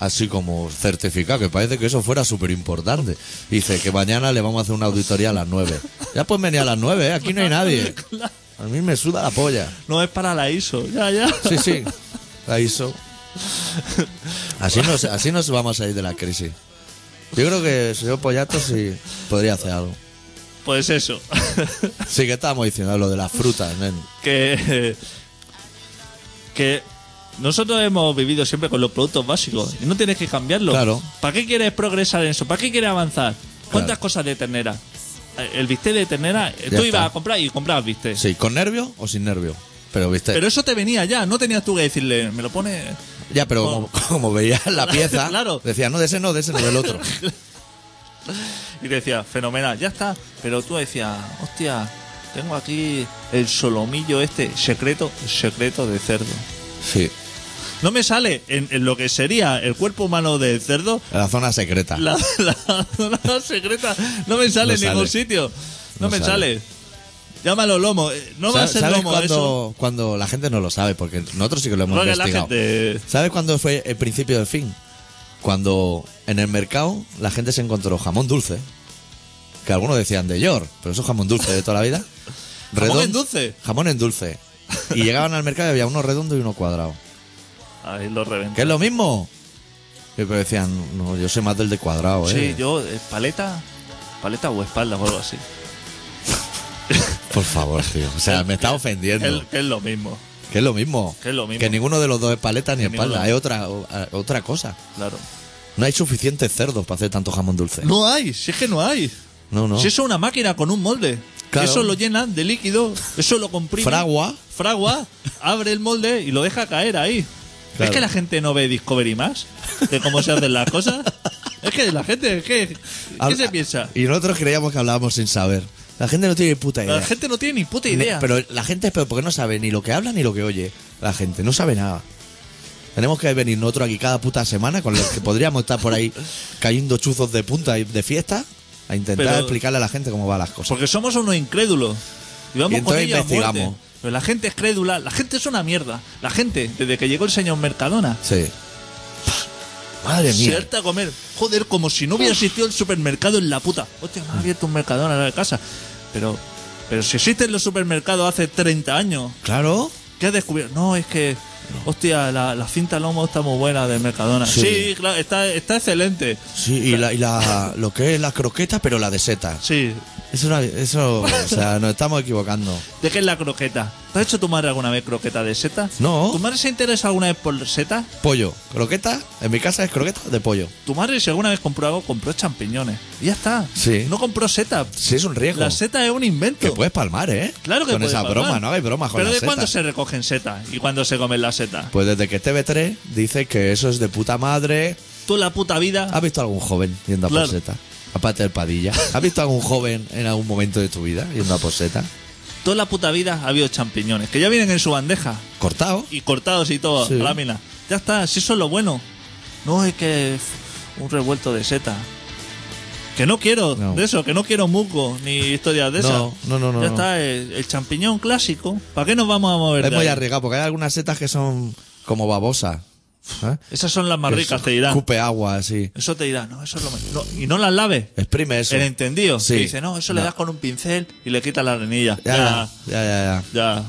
S1: así como certificada, que parece que eso fuera súper importante? Dice que mañana le vamos a hacer una auditoría a las 9. Ya pues venía a las 9, ¿eh? aquí no hay nadie. A mí me suda la polla.
S2: No es para la ISO. Ya, ya.
S1: Sí, sí. La hizo. Así nos, así nos vamos a ir de la crisis. Yo creo que el señor Pollato sí podría hacer algo.
S2: Pues eso. [LAUGHS]
S1: Sí, que estábamos diciendo lo de las frutas, nen.
S2: que. Que. Nosotros hemos vivido siempre con los productos básicos y no tienes que cambiarlos.
S1: Claro.
S2: ¿Para qué quieres progresar en eso? ¿Para qué quieres avanzar? ¿Cuántas cosas de ternera? Eh, El bistec de ternera, eh,
S1: Ya
S2: tú
S1: está.
S2: ibas a comprar y comprabas bistec.
S1: Sí, ¿con nervio o sin nervio? Pero viste.
S2: Pero eso te venía ya, no tenías tú que decirle, me lo pone.
S1: Ya, pero como, como
S2: [LAUGHS]
S1: veía la pieza,
S2: Claro.
S1: decía, no, de ese no, de ese no, del otro.
S2: Y te decía, fenomenal, ya está. Pero tú decías, hostia, tengo aquí el solomillo este, secreto, secreto de cerdo.
S1: Sí,
S2: No me sale en, en lo que sería el cuerpo humano del cerdo,
S1: la zona secreta.
S2: la, la zona secreta, no me
S1: No
S2: sale en ningún
S1: sale.
S2: sitio. No,
S1: No
S2: me
S1: sale.
S2: sale. Llámalo lomo, eh, no va a
S1: ¿Sabes,
S2: ser
S1: sabes
S2: lomo eso.
S1: cuándo, cuándo la gente no lo sabe? Porque nosotros sí que lo hemos
S2: Porque la
S1: investigado.
S2: gente-
S1: ¿Sabes cuándo fue el principio del fin? Cuando en el mercado la gente se encontró jamón dulce, que algunos decían de York, pero eso es jamón dulce de toda la vida.
S2: [LAUGHS] ¿Jamón
S1: Redon-
S2: en dulce?
S1: Jamón en dulce. Y llegaban al mercado y había uno redondo y uno cuadrado.
S2: Ahí lo reventé.
S1: ¿Qué es lo mismo? Y pero decían, no, yo soy más del de cuadrado,
S2: Sí,
S1: ¿eh?
S2: yo, eh, paleta, paleta o espalda o algo así.
S1: Por favor, tío. O sea, me está ofendiendo.
S2: El- que es lo mismo,
S1: Que es lo mismo.
S2: Que es lo mismo.
S1: Que ninguno de los dos es paleta ni
S2: Que
S1: espalda.
S2: ninguno.
S1: Es otra, o- a- otra cosa.
S2: claro.
S1: No hay suficientes cerdos para hacer tanto jamón dulce.
S2: No hay, si es que no hay.
S1: no. no.
S2: Si eso es una máquina con un molde.
S1: Claro.
S2: Eso lo llenan de líquido, eso lo comprime.
S1: Fragua.
S2: Fragua, abre el molde y lo deja caer ahí.
S1: Claro.
S2: Es que la gente no ve Discovery más de cómo se hacen las cosas. Es que la gente, ¿qué, qué
S1: Habla-
S2: se piensa?
S1: Y nosotros creíamos que hablábamos sin saber. La gente no tiene ni puta idea.
S2: La gente no tiene ni puta
S1: Ni-
S2: idea.
S1: eh, Pero la gente es peor porque no sabe ni lo que habla ni lo que oye. La gente no sabe nada. Tenemos que venir nosotros aquí cada puta semana con los que podríamos estar por
S2: [LAUGHS]
S1: ahí cayendo chuzos de punta y de fiesta a intentar
S2: Pero-
S1: explicarle a la gente cómo van las cosas.
S2: Porque somos unos incrédulos. Y vamos
S1: Y
S2: con
S1: entonces
S2: ellos a
S1: investigamos.
S2: muerte. Pero la gente es crédula, la gente es una mierda. La gente, desde que llegó el señor Mercadona,
S1: Sí. Madre
S2: Se
S1: mía.
S2: harta a comer. Joder, como si no hubiera existido el supermercado en la puta. Hostia, me ha abierto un mercadona en la casa. Pero, pero si existen los supermercados hace 30 años.
S1: Claro.
S2: ¿Qué has descubierto? No, es que. Hostia, la, la cinta lomo está muy buena del Mercadona. Sí,
S1: Sí.
S2: claro, está, está excelente.
S1: Sí, y, la, y la- lo que es la croqueta, pero la de setas.
S2: Sí.
S1: Es una- eso, o sea, nos estamos equivocando.
S2: ¿De qué es la croqueta? ¿Te ha hecho tu madre alguna vez croqueta de seta?
S1: No.
S2: ¿Tu madre se interesa alguna vez por seta?
S1: Pollo, croqueta, en mi casa es croqueta de pollo.
S2: Tu madre, si alguna vez compró algo, compró champiñones. Y ya está.
S1: Sí.
S2: No compró seta.
S1: Sí, es un riesgo.
S2: La seta es un invento.
S1: Que puedes palmar, ¿eh?
S2: Claro que
S1: Con
S2: puede
S1: esa
S2: pasar.
S1: broma, no hay broma con
S2: ¿Pero
S1: la
S2: de
S1: seta.
S2: cuándo se recogen setas? ¿Y cuándo se comen las setas?
S1: Pues desde que TV3 dice que eso es de puta madre.
S2: Tú la puta vida.
S1: ¿Has visto algún joven yendo a
S2: Claro.
S1: por seta? Aparte del padilla. ¿Has visto algún joven en algún momento de tu vida yendo a por seta?
S2: Toda la puta vida ha habido champiñones, que ya vienen en su bandeja
S1: Cortado.
S2: y cortados y todo,
S1: Sí.
S2: a lámina. Ya está, si eso es lo bueno. No es que f- un revuelto de seta. Que no quiero
S1: No.
S2: de eso, que no quiero muco ni historias de
S1: No,
S2: esas.
S1: no, no, no,
S2: Ya
S1: no.
S2: está, el, el champiñón clásico. ¿Para qué nos vamos a mover?
S1: Es
S2: de
S1: muy
S2: ahí?
S1: arriesgado porque hay algunas setas que son como babosas. ¿eh?
S2: Esas son las más
S1: Que
S2: ricas,
S1: es-
S2: te dirán.
S1: Escupe agua, así.
S2: Eso te dirá, no, eso es lo mejor. No, y no las laves.
S1: Exprime eso.
S2: El entendido.
S1: Sí.
S2: Que dice, no, eso le das con un pincel y le quitas la arenilla.
S1: Ya, ya, ya, ya.
S2: ya.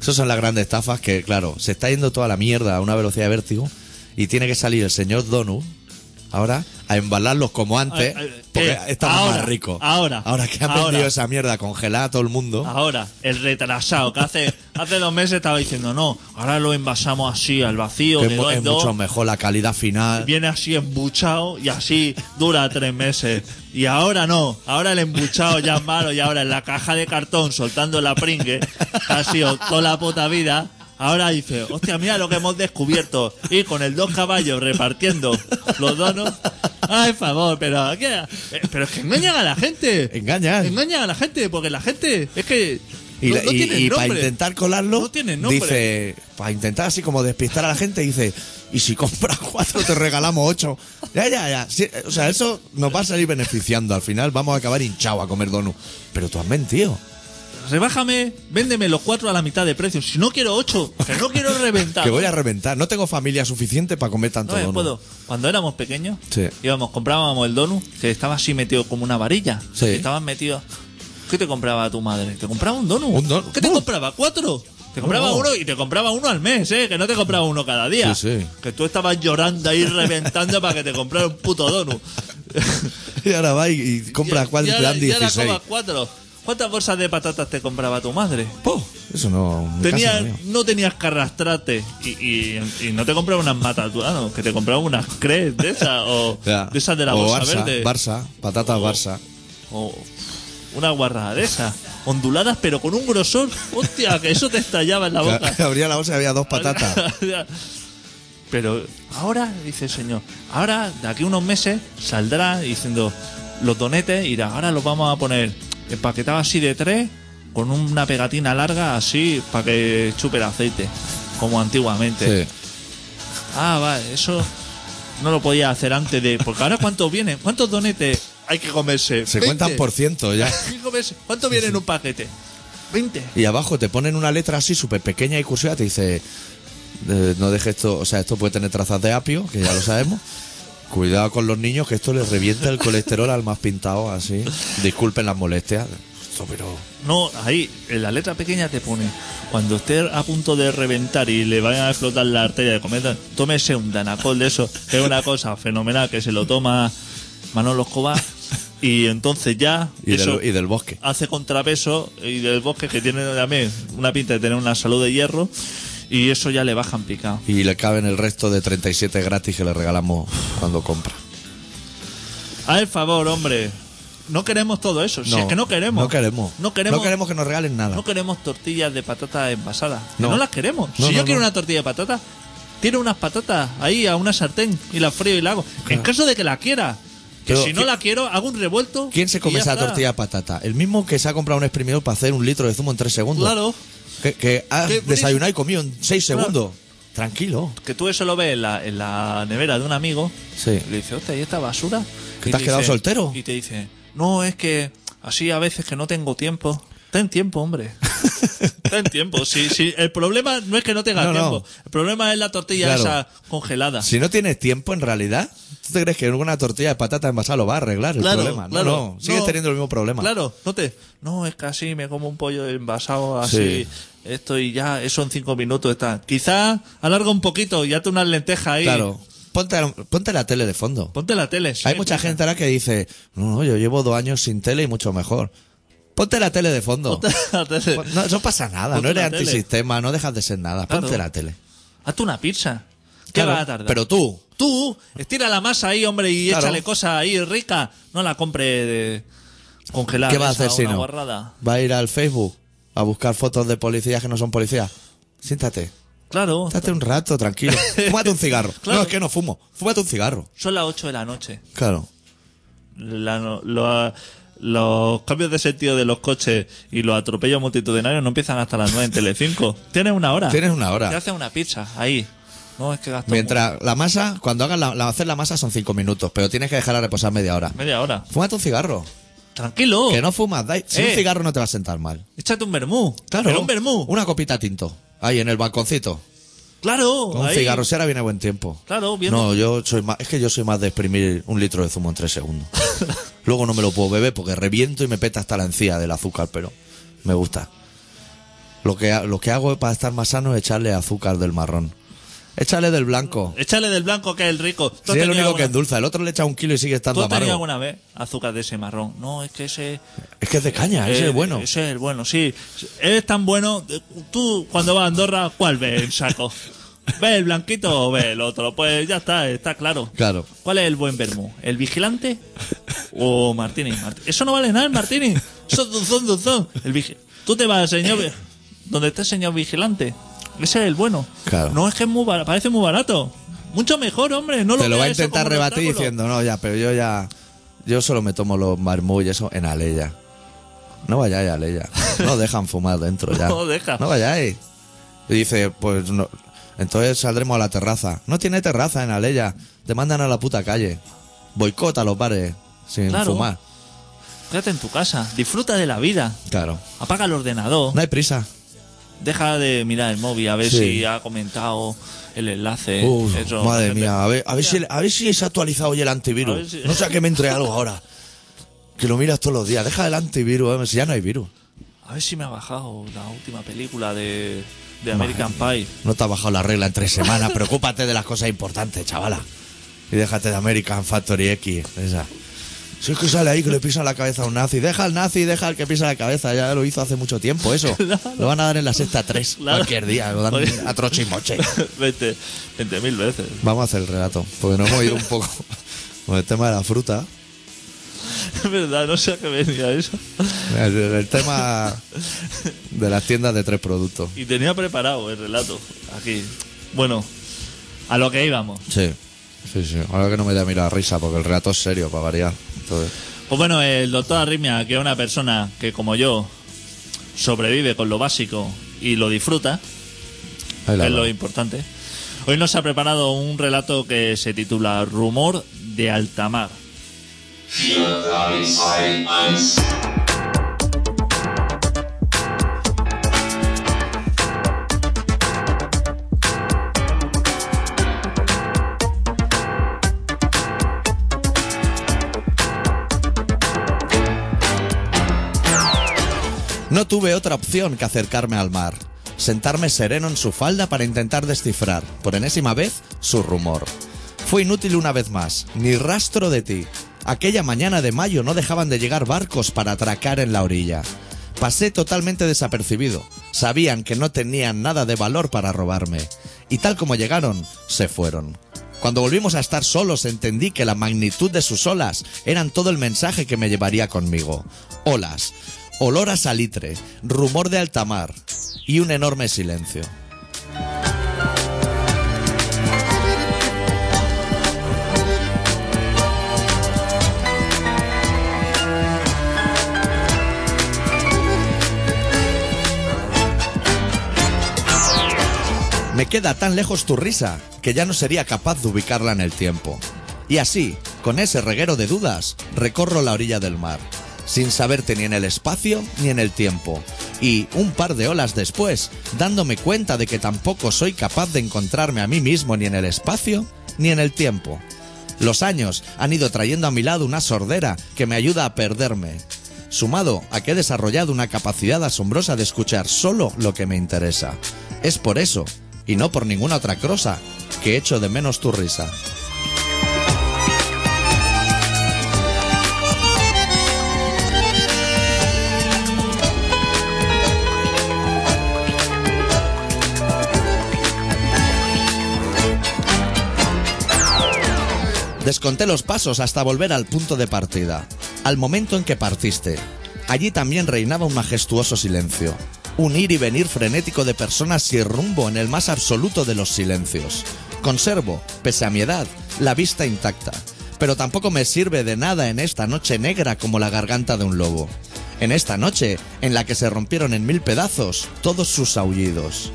S1: Esas son las grandes estafas que, claro, se está yendo toda la mierda a una velocidad de vértigo y tiene que salir el señor Donut ahora a embalarlos como antes
S2: Ay, ay,
S1: porque
S2: eh,
S1: estamos
S2: ahora,
S1: más ricos.
S2: ahora,
S1: Ahora que ha
S2: ahora. Ah,
S1: vendido esa mierda congelada a todo el mundo.
S2: Ahora, el retrasado que hace hace dos meses estaba diciendo, no, ahora lo envasamos así al vacío,
S1: que
S2: de
S1: es, mu-
S2: dos en
S1: es
S2: dos,
S1: mucho mejor la calidad final.
S2: viene así embuchado y así dura tres meses. Y ahora no, ahora el embuchado ya es malo y ahora en la caja de cartón soltando la pringue, que ha sido toda la puta vida. Ahora dice, hostia, mira lo que hemos descubierto. Y con el dos caballos repartiendo los donos. Ay, favor, pero, ¿qué? Eh, pero es que engañan a la gente.
S1: Engañan.
S2: Engañan a la gente, porque la gente es que.
S1: Y,
S2: no,
S1: la-
S2: no
S1: y-
S2: tienen
S1: y para
S2: nombre.
S1: intentar colarlo,
S2: No tienen nombre.
S1: dice, para intentar así como despistar a la gente, dice, y si compras cuatro te regalamos ocho. Ya, ya, ya. Sí, o sea, eso nos va a salir beneficiando. Al final vamos a acabar hinchado a comer donut. Pero tú has mentido.
S2: Rebájame, véndeme los cuatro a la mitad de precio. Si no quiero ocho, que no quiero
S1: [LAUGHS]
S2: reventar.
S1: Que voy a reventar. No tengo familia suficiente para comer tanto
S2: No, me
S1: donut.
S2: puedo. Cuando éramos pequeños,
S1: Sí.
S2: íbamos, comprábamos el donut, que estaba así metido como una varilla.
S1: Sí.
S2: Y Estaban metidos. ¿Qué te compraba tu madre? ¿Te compraba un donut?
S1: Un donut.
S2: ¿Qué te
S1: No.
S2: compraba? ¿Cuatro? Te compraba
S1: No.
S2: uno y te compraba uno al mes, ¿eh? Que no te compraba uno cada día.
S1: Sí, sí.
S2: Que tú estabas llorando ahí reventando para que te comprara un puto donut.
S1: [LAUGHS] Y ahora va y, y compra
S2: [LAUGHS] Ya-
S1: cuatro
S2: ya
S1: te dan
S2: la- ya la
S1: 16.
S2: comas cuatro. ¿Cuántas bolsas de patatas te compraba tu madre?
S1: Po, eso no. en mi
S2: Tenía-
S1: casa no había.
S2: no tenías que arrastrarte y, y- y no te compraba unas matatuanos, que te compraba unas cres de esas o
S1: [LAUGHS] Ya.
S2: de esas de la
S1: o
S2: bolsa
S1: Barça,
S2: verde. Oh,
S1: Barça, patatas Barça.
S2: O una guarrada de esas, onduladas pero con un grosor. Hostia, que eso te estallaba en la boca.
S1: Que [LAUGHS] Abría la bolsa y había dos patatas.
S2: [LAUGHS] Pero ahora, dice el señor, ahora de aquí a unos meses saldrá diciendo los donetes y ahora los vamos a poner empaquetados así de tres con una pegatina larga así para que chupe el aceite, como antiguamente.
S1: Sí.
S2: Ah, vale, eso no lo podía hacer antes de... Porque ahora cuántos vienen, cuántos donetes hay que comerse.
S1: Se cuentan
S2: 20.
S1: por ciento ya.
S2: Hay que comerse- ¿Cuánto viene en un paquete? 20.
S1: Y abajo te ponen una letra así súper pequeña y cursiva, te dice, eh, no dejes esto, o sea, esto puede tener trazas de apio, que ya lo sabemos. Cuidado con los niños, que esto les revienta el colesterol al más pintado, así. Disculpen las molestias. Esto, pero...
S2: No, ahí, en la letra pequeña te pone, cuando esté a punto de reventar y le vayan a explotar la arteria de cometa, tómese un danacol de eso, que es una cosa fenomenal que se lo toma Manolo Escobar, y entonces ya
S1: Y,
S2: eso
S1: del, y del bosque.
S2: hace contrapeso y del bosque que tiene también una pinta de tener una salud de hierro, y eso ya le bajan picado.
S1: Y le caben el resto de 37 gratis que le regalamos cuando compra.
S2: A el favor, hombre. No queremos todo eso. si es que no queremos.
S1: No queremos.
S2: No queremos.
S1: No que nos regalen nada.
S2: No queremos tortillas de patatas envasadas. No,
S1: No.
S2: no las queremos.
S1: No,
S2: si yo
S1: no,
S2: quiero
S1: no.
S2: una tortilla de patatas, tiene unas patatas ahí a una sartén y las frío y la hago. En caso de que la quiera. Que
S1: Pero,
S2: si no
S1: ¿qui-
S2: la quiero, hago un revuelto.
S1: ¿Quién se come
S2: y ya
S1: esa
S2: está.
S1: tortilla de patata? El mismo que se ha comprado un exprimidor para hacer un litro de zumo en 3 segundos.
S2: Claro.
S1: Que, que ha
S2: Qué
S1: desayunado y comido en 6
S2: Claro.
S1: segundos. Tranquilo.
S2: Que tú eso lo ves en la, en la nevera de un amigo.
S1: [LAUGHS] Sí.
S2: Y le dice, hostia, ¿y esta basura?
S1: ¿Que
S2: Y
S1: te has
S2: dice-
S1: quedado soltero?
S2: Y te dice, no, es que así a veces que no tengo tiempo. Ten
S1: [LAUGHS]
S2: tiempo, hombre. Ten tiempo. Sí, sí. El problema no es que no tengas
S1: No, no.
S2: tiempo. El problema es la tortilla
S1: Claro.
S2: esa congelada.
S1: Si no tienes tiempo, en realidad, ¿Tú te crees que una tortilla de patata envasada lo va a arreglar el
S2: Claro,
S1: problema? No,
S2: claro,
S1: no. Sigues
S2: no.
S1: teniendo el mismo problema.
S2: Claro, no te. No, es que así me como un pollo envasado así.
S1: Sí.
S2: Esto y ya, eso en cinco minutos está. Quizás alarga un poquito y hazte unas lentejas ahí.
S1: Claro. Ponte, ponte la tele de fondo.
S2: Ponte la tele. sí.
S1: Hay mucha gente ahora que dice, no, no, yo llevo dos años sin tele y mucho mejor. Ponte la tele de fondo.
S2: [LAUGHS] Ponte la tele.
S1: Pon- No, no pasa nada,
S2: Ponte
S1: no eres
S2: la tele.
S1: antisistema, no dejas de ser nada.
S2: Claro.
S1: Ponte la tele.
S2: Hazte una pizza. ¿Qué
S1: Claro,
S2: va a tardar?
S1: Pero tú,
S2: tú, estira la masa ahí, hombre, y
S1: Claro.
S2: échale cosas ahí ricas. No la compre de congelada.
S1: ¿qué vas a
S2: esa,
S1: hacer si
S2: una
S1: no?
S2: guarrada.
S1: ¿Va a ir al Facebook a buscar fotos de policías que no son policías? Siéntate.
S2: Claro,
S1: Siéntate un rato,
S2: [LAUGHS]
S1: tranquilo. Fúmate un cigarro.
S2: Claro.
S1: No, es que no fumo. Fúmate un cigarro.
S2: son las 8 de la noche.
S1: Claro.
S2: La no- lo- los cambios de sentido de los coches y los atropellos multitudinarios no empiezan hasta las 9 en Telecinco. Tienes una hora.
S1: Tienes una
S2: Te
S1: hora.
S2: haces una pizza ahí. No, es que gasto
S1: Mientras la masa, cuando hagas la, la- hacer la masa son cinco minutos, pero tienes que dejarla reposar media hora.
S2: mu- media hora.
S1: Fúmate un cigarro.
S2: Tranquilo.
S1: Que no fumas. da- si
S2: Oh. Eh.
S1: un cigarro no te va a sentar mal.
S2: Échate un vermú.
S1: Claro.
S2: Pero un vermú.
S1: Una copita tinto. Ahí en el balconcito.
S2: Claro.
S1: Con un
S2: Pues ahí.
S1: cigarro, si ahora viene buen tiempo.
S2: Claro, bien.
S1: No, yo soy más. Es que yo soy más de exprimir un litro de zumo en tres
S2: [LAUGHS]
S1: segundos. Luego no me lo puedo beber porque reviento y me peta hasta la encía del azúcar, pero me gusta. Lo que, ha- lo que hago para estar más sano es echarle azúcar del marrón. Échale del blanco.
S2: Échale del blanco que es el rico. ¿Tú has
S1: Si es el
S2: tenido
S1: único que
S2: alguna-
S1: endulza, el otro le echa un kilo y sigue
S2: ¿Tú
S1: estando
S2: has tenido
S1: amargo.
S2: alguna vez azúcar de ese marrón? No, es que ese...
S1: Es que es de caña, Ah, ese
S2: Eh,
S1: es bueno.
S2: Ese es el bueno, sí. Es tan bueno. eh, Tú, cuando vas a Andorra, ¿cuál ves el saco?
S1: [LAUGHS]
S2: ¿Ves el blanquito o ves el otro? Pues ya está, está claro.
S1: Claro.
S2: ¿Cuál es el buen vermú? ¿El vigilante o Martini? Mart- Eso no vale nada, el Martini. Eso es duzón, duzón. El vigi- Tú te vas al señor. vi- Donde está el señor vigilante. Ese es el bueno.
S1: Claro.
S2: No es que es muy bar- parece muy barato. Mucho mejor, hombre. No
S1: Te lo va a
S2: veas eso
S1: intentar
S2: como un
S1: rebatir
S2: obstáculo.
S1: diciendo, no, ya, pero yo ya. Yo solo me tomo los marmú y eso en Aleya. No vayáis a Aleya.
S2: [LAUGHS]
S1: No dejan fumar dentro ya.
S2: No deja.
S1: No vayáis. Y dice, pues no. Entonces saldremos a la terraza. No tiene terraza en Aleya. Te mandan a la puta calle. Boicota los bares sin
S2: Claro.
S1: fumar.
S2: Quédate en tu casa. Disfruta de la vida.
S1: Claro.
S2: Apaga el ordenador.
S1: No hay prisa.
S2: Deja de mirar el móvil a ver
S1: Sí.
S2: si ha comentado el enlace.
S1: Uf,
S2: Eh, eso,
S1: madre
S2: gente.
S1: mía, a ver, a ver si, a ver si es actualizado hoy el
S2: A ver
S1: antivirus.
S2: si-
S1: No sé a qué me entre algo ahora. Que lo miras todos los días. Deja el antivirus, eh, si ya no hay virus.
S2: A ver si me ha bajado la última película de, de American Pie. [LAUGHS]
S1: No te ha bajado la regla en tres semanas. Preocúpate de las cosas importantes, chavala. Y déjate de American Factory X. Esa. Si es que sale ahí que le pisa la cabeza a un nazi. Deja al nazi, deja al que pisa la cabeza. Ya lo hizo hace mucho tiempo
S2: [LAUGHS]
S1: eso. Lo van a dar en la sexta 3
S2: Claro.
S1: cualquier día. Lo dan
S2: Oye.
S1: a troche y moche.
S2: 20 mil veces. [LAUGHS]
S1: Vamos a hacer el relato. Porque nos hemos ido un poco con el tema de la fruta.
S2: Es verdad, no sé a qué venía eso.
S1: El, el tema de las tiendas de tres productos.
S2: Y tenía preparado el relato aquí. Bueno, a lo que íbamos.
S1: Sí. Sí, sí. Ahora que no me da mira la risa porque el relato es serio para variar. Entonces,
S2: Pues bueno, el doctor Arritmia, que es una persona que como yo sobrevive con lo básico y lo disfruta,
S1: ahí la
S2: es lo
S1: va.
S2: importante. Hoy nos ha preparado un relato que se titula Rumor de Altamar.
S1: No tuve otra opción que acercarme al mar, sentarme sereno en su falda para intentar descifrar, por enésima vez, su rumor. Fue inútil una vez más, ni rastro de ti. Aquella mañana de mayo no dejaban de llegar barcos para atracar en la orilla. Pasé totalmente desapercibido. Sabían que no tenían nada de valor para robarme. Y tal como llegaron, se fueron. Cuando volvimos a estar solos entendí que la magnitud de sus olas eran todo el mensaje que me llevaría conmigo. Olas, olor a salitre, rumor de alta mar y un enorme silencio. Me queda tan lejos tu risa que ya no sería capaz de ubicarla en el tiempo. Y así, con ese reguero de dudas, recorro la orilla del mar, sin saberte ni en el espacio ni en el tiempo. Y, un par de olas después, dándome cuenta de que tampoco soy capaz de encontrarme a mí mismo ni en el espacio ni en el tiempo. Los años han ido trayendo a mi lado una sordera que me ayuda a perderme. Sumado a que he desarrollado una capacidad asombrosa de escuchar solo lo que me interesa. Es por eso, y no por ninguna otra cosa, que echo de menos tu risa. Desconté los pasos hasta volver al punto de partida, al momento en que partiste. Allí también reinaba un majestuoso silencio, un ir y venir frenético de personas sin rumbo en el más absoluto de los silencios. Conservo, pese a mi edad, la vista intacta, pero tampoco me sirve de nada en esta noche negra como la garganta de un lobo. En esta noche en la que se rompieron en mil pedazos todos sus aullidos.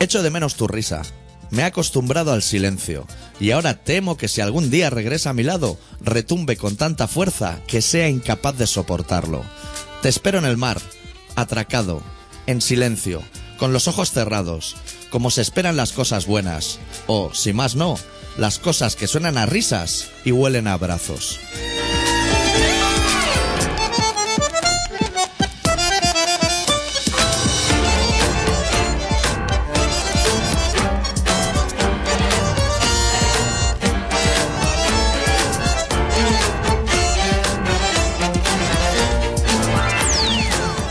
S1: Echo de menos tu risa. Me he acostumbrado al silencio y ahora temo que si algún día regresa a mi lado, retumbe con tanta fuerza que sea incapaz de soportarlo. Te espero en el mar, atracado, en silencio, con los ojos cerrados, como se esperan las cosas buenas, o, si más no, las cosas que suenan a risas y huelen a abrazos.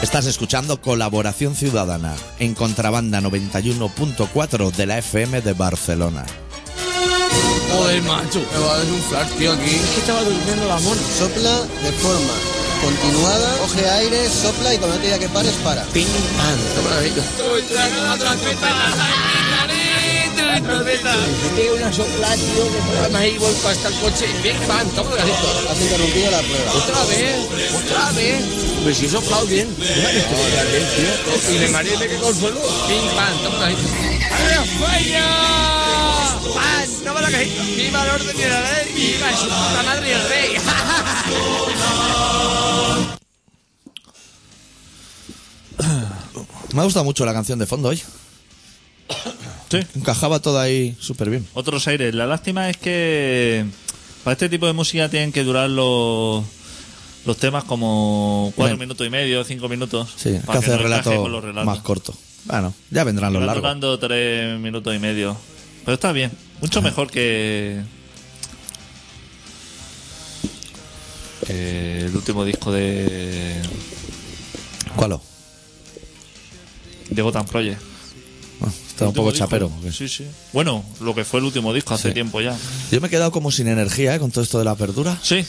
S1: Estás escuchando Colaboración Ciudadana en Contrabanda 91.4 de la FM de Barcelona.
S6: Joder, macho.
S7: Me va a desinflar, tío, aquí.
S6: Es que estaba durmiendo la mona.
S7: Sopla de forma continuada, coge aire, sopla y cuando te diga que pares, para. Ah,
S6: Ping and.
S7: Qué maravilla.
S6: Tiene una sopla, tío. Que por además ahí vuelvo hasta el coche. Ping pan. Toma lo que has dicho.
S7: Has interrumpido la prueba.
S6: Otra vez. Otra vez. Pues si he soplado bien. Y le mareé que consuelo. Ping pan. Toma lo que has dicho. ¡Adiós, fuera! ¡Pan! ¡Toma lo que has dicho! ¡Viva el orden y la ley! ¡Viva su puta madre y el rey!
S1: Me ha gustado mucho la canción de fondo hoy.
S2: [COUGHS] Sí.
S1: Encajaba todo ahí súper bien.
S2: Otros aires. La lástima es que para este tipo de música tienen que durar los, los temas como cuatro
S1: Bien.
S2: minutos y medio, cinco minutos.
S1: Sí, hay que
S2: para
S1: hacer
S2: no encaje
S1: relato
S2: con los relatos.
S1: más corto. Bueno, ya vendrán los
S2: Está
S1: largos.
S2: durando tres minutos y medio. Pero está bien. Mucho mejor que. que el último disco de.
S1: ¿Cuál?
S2: de Gotham Project.
S1: Está un poco
S2: Último
S1: chapero.
S2: disco.
S1: ¿o qué?
S2: Sí, sí. Bueno, lo que fue el último disco hace
S1: Sí.
S2: tiempo ya.
S1: Yo me he quedado como sin energía ¿eh? con todo esto de las verduras.
S2: Sí.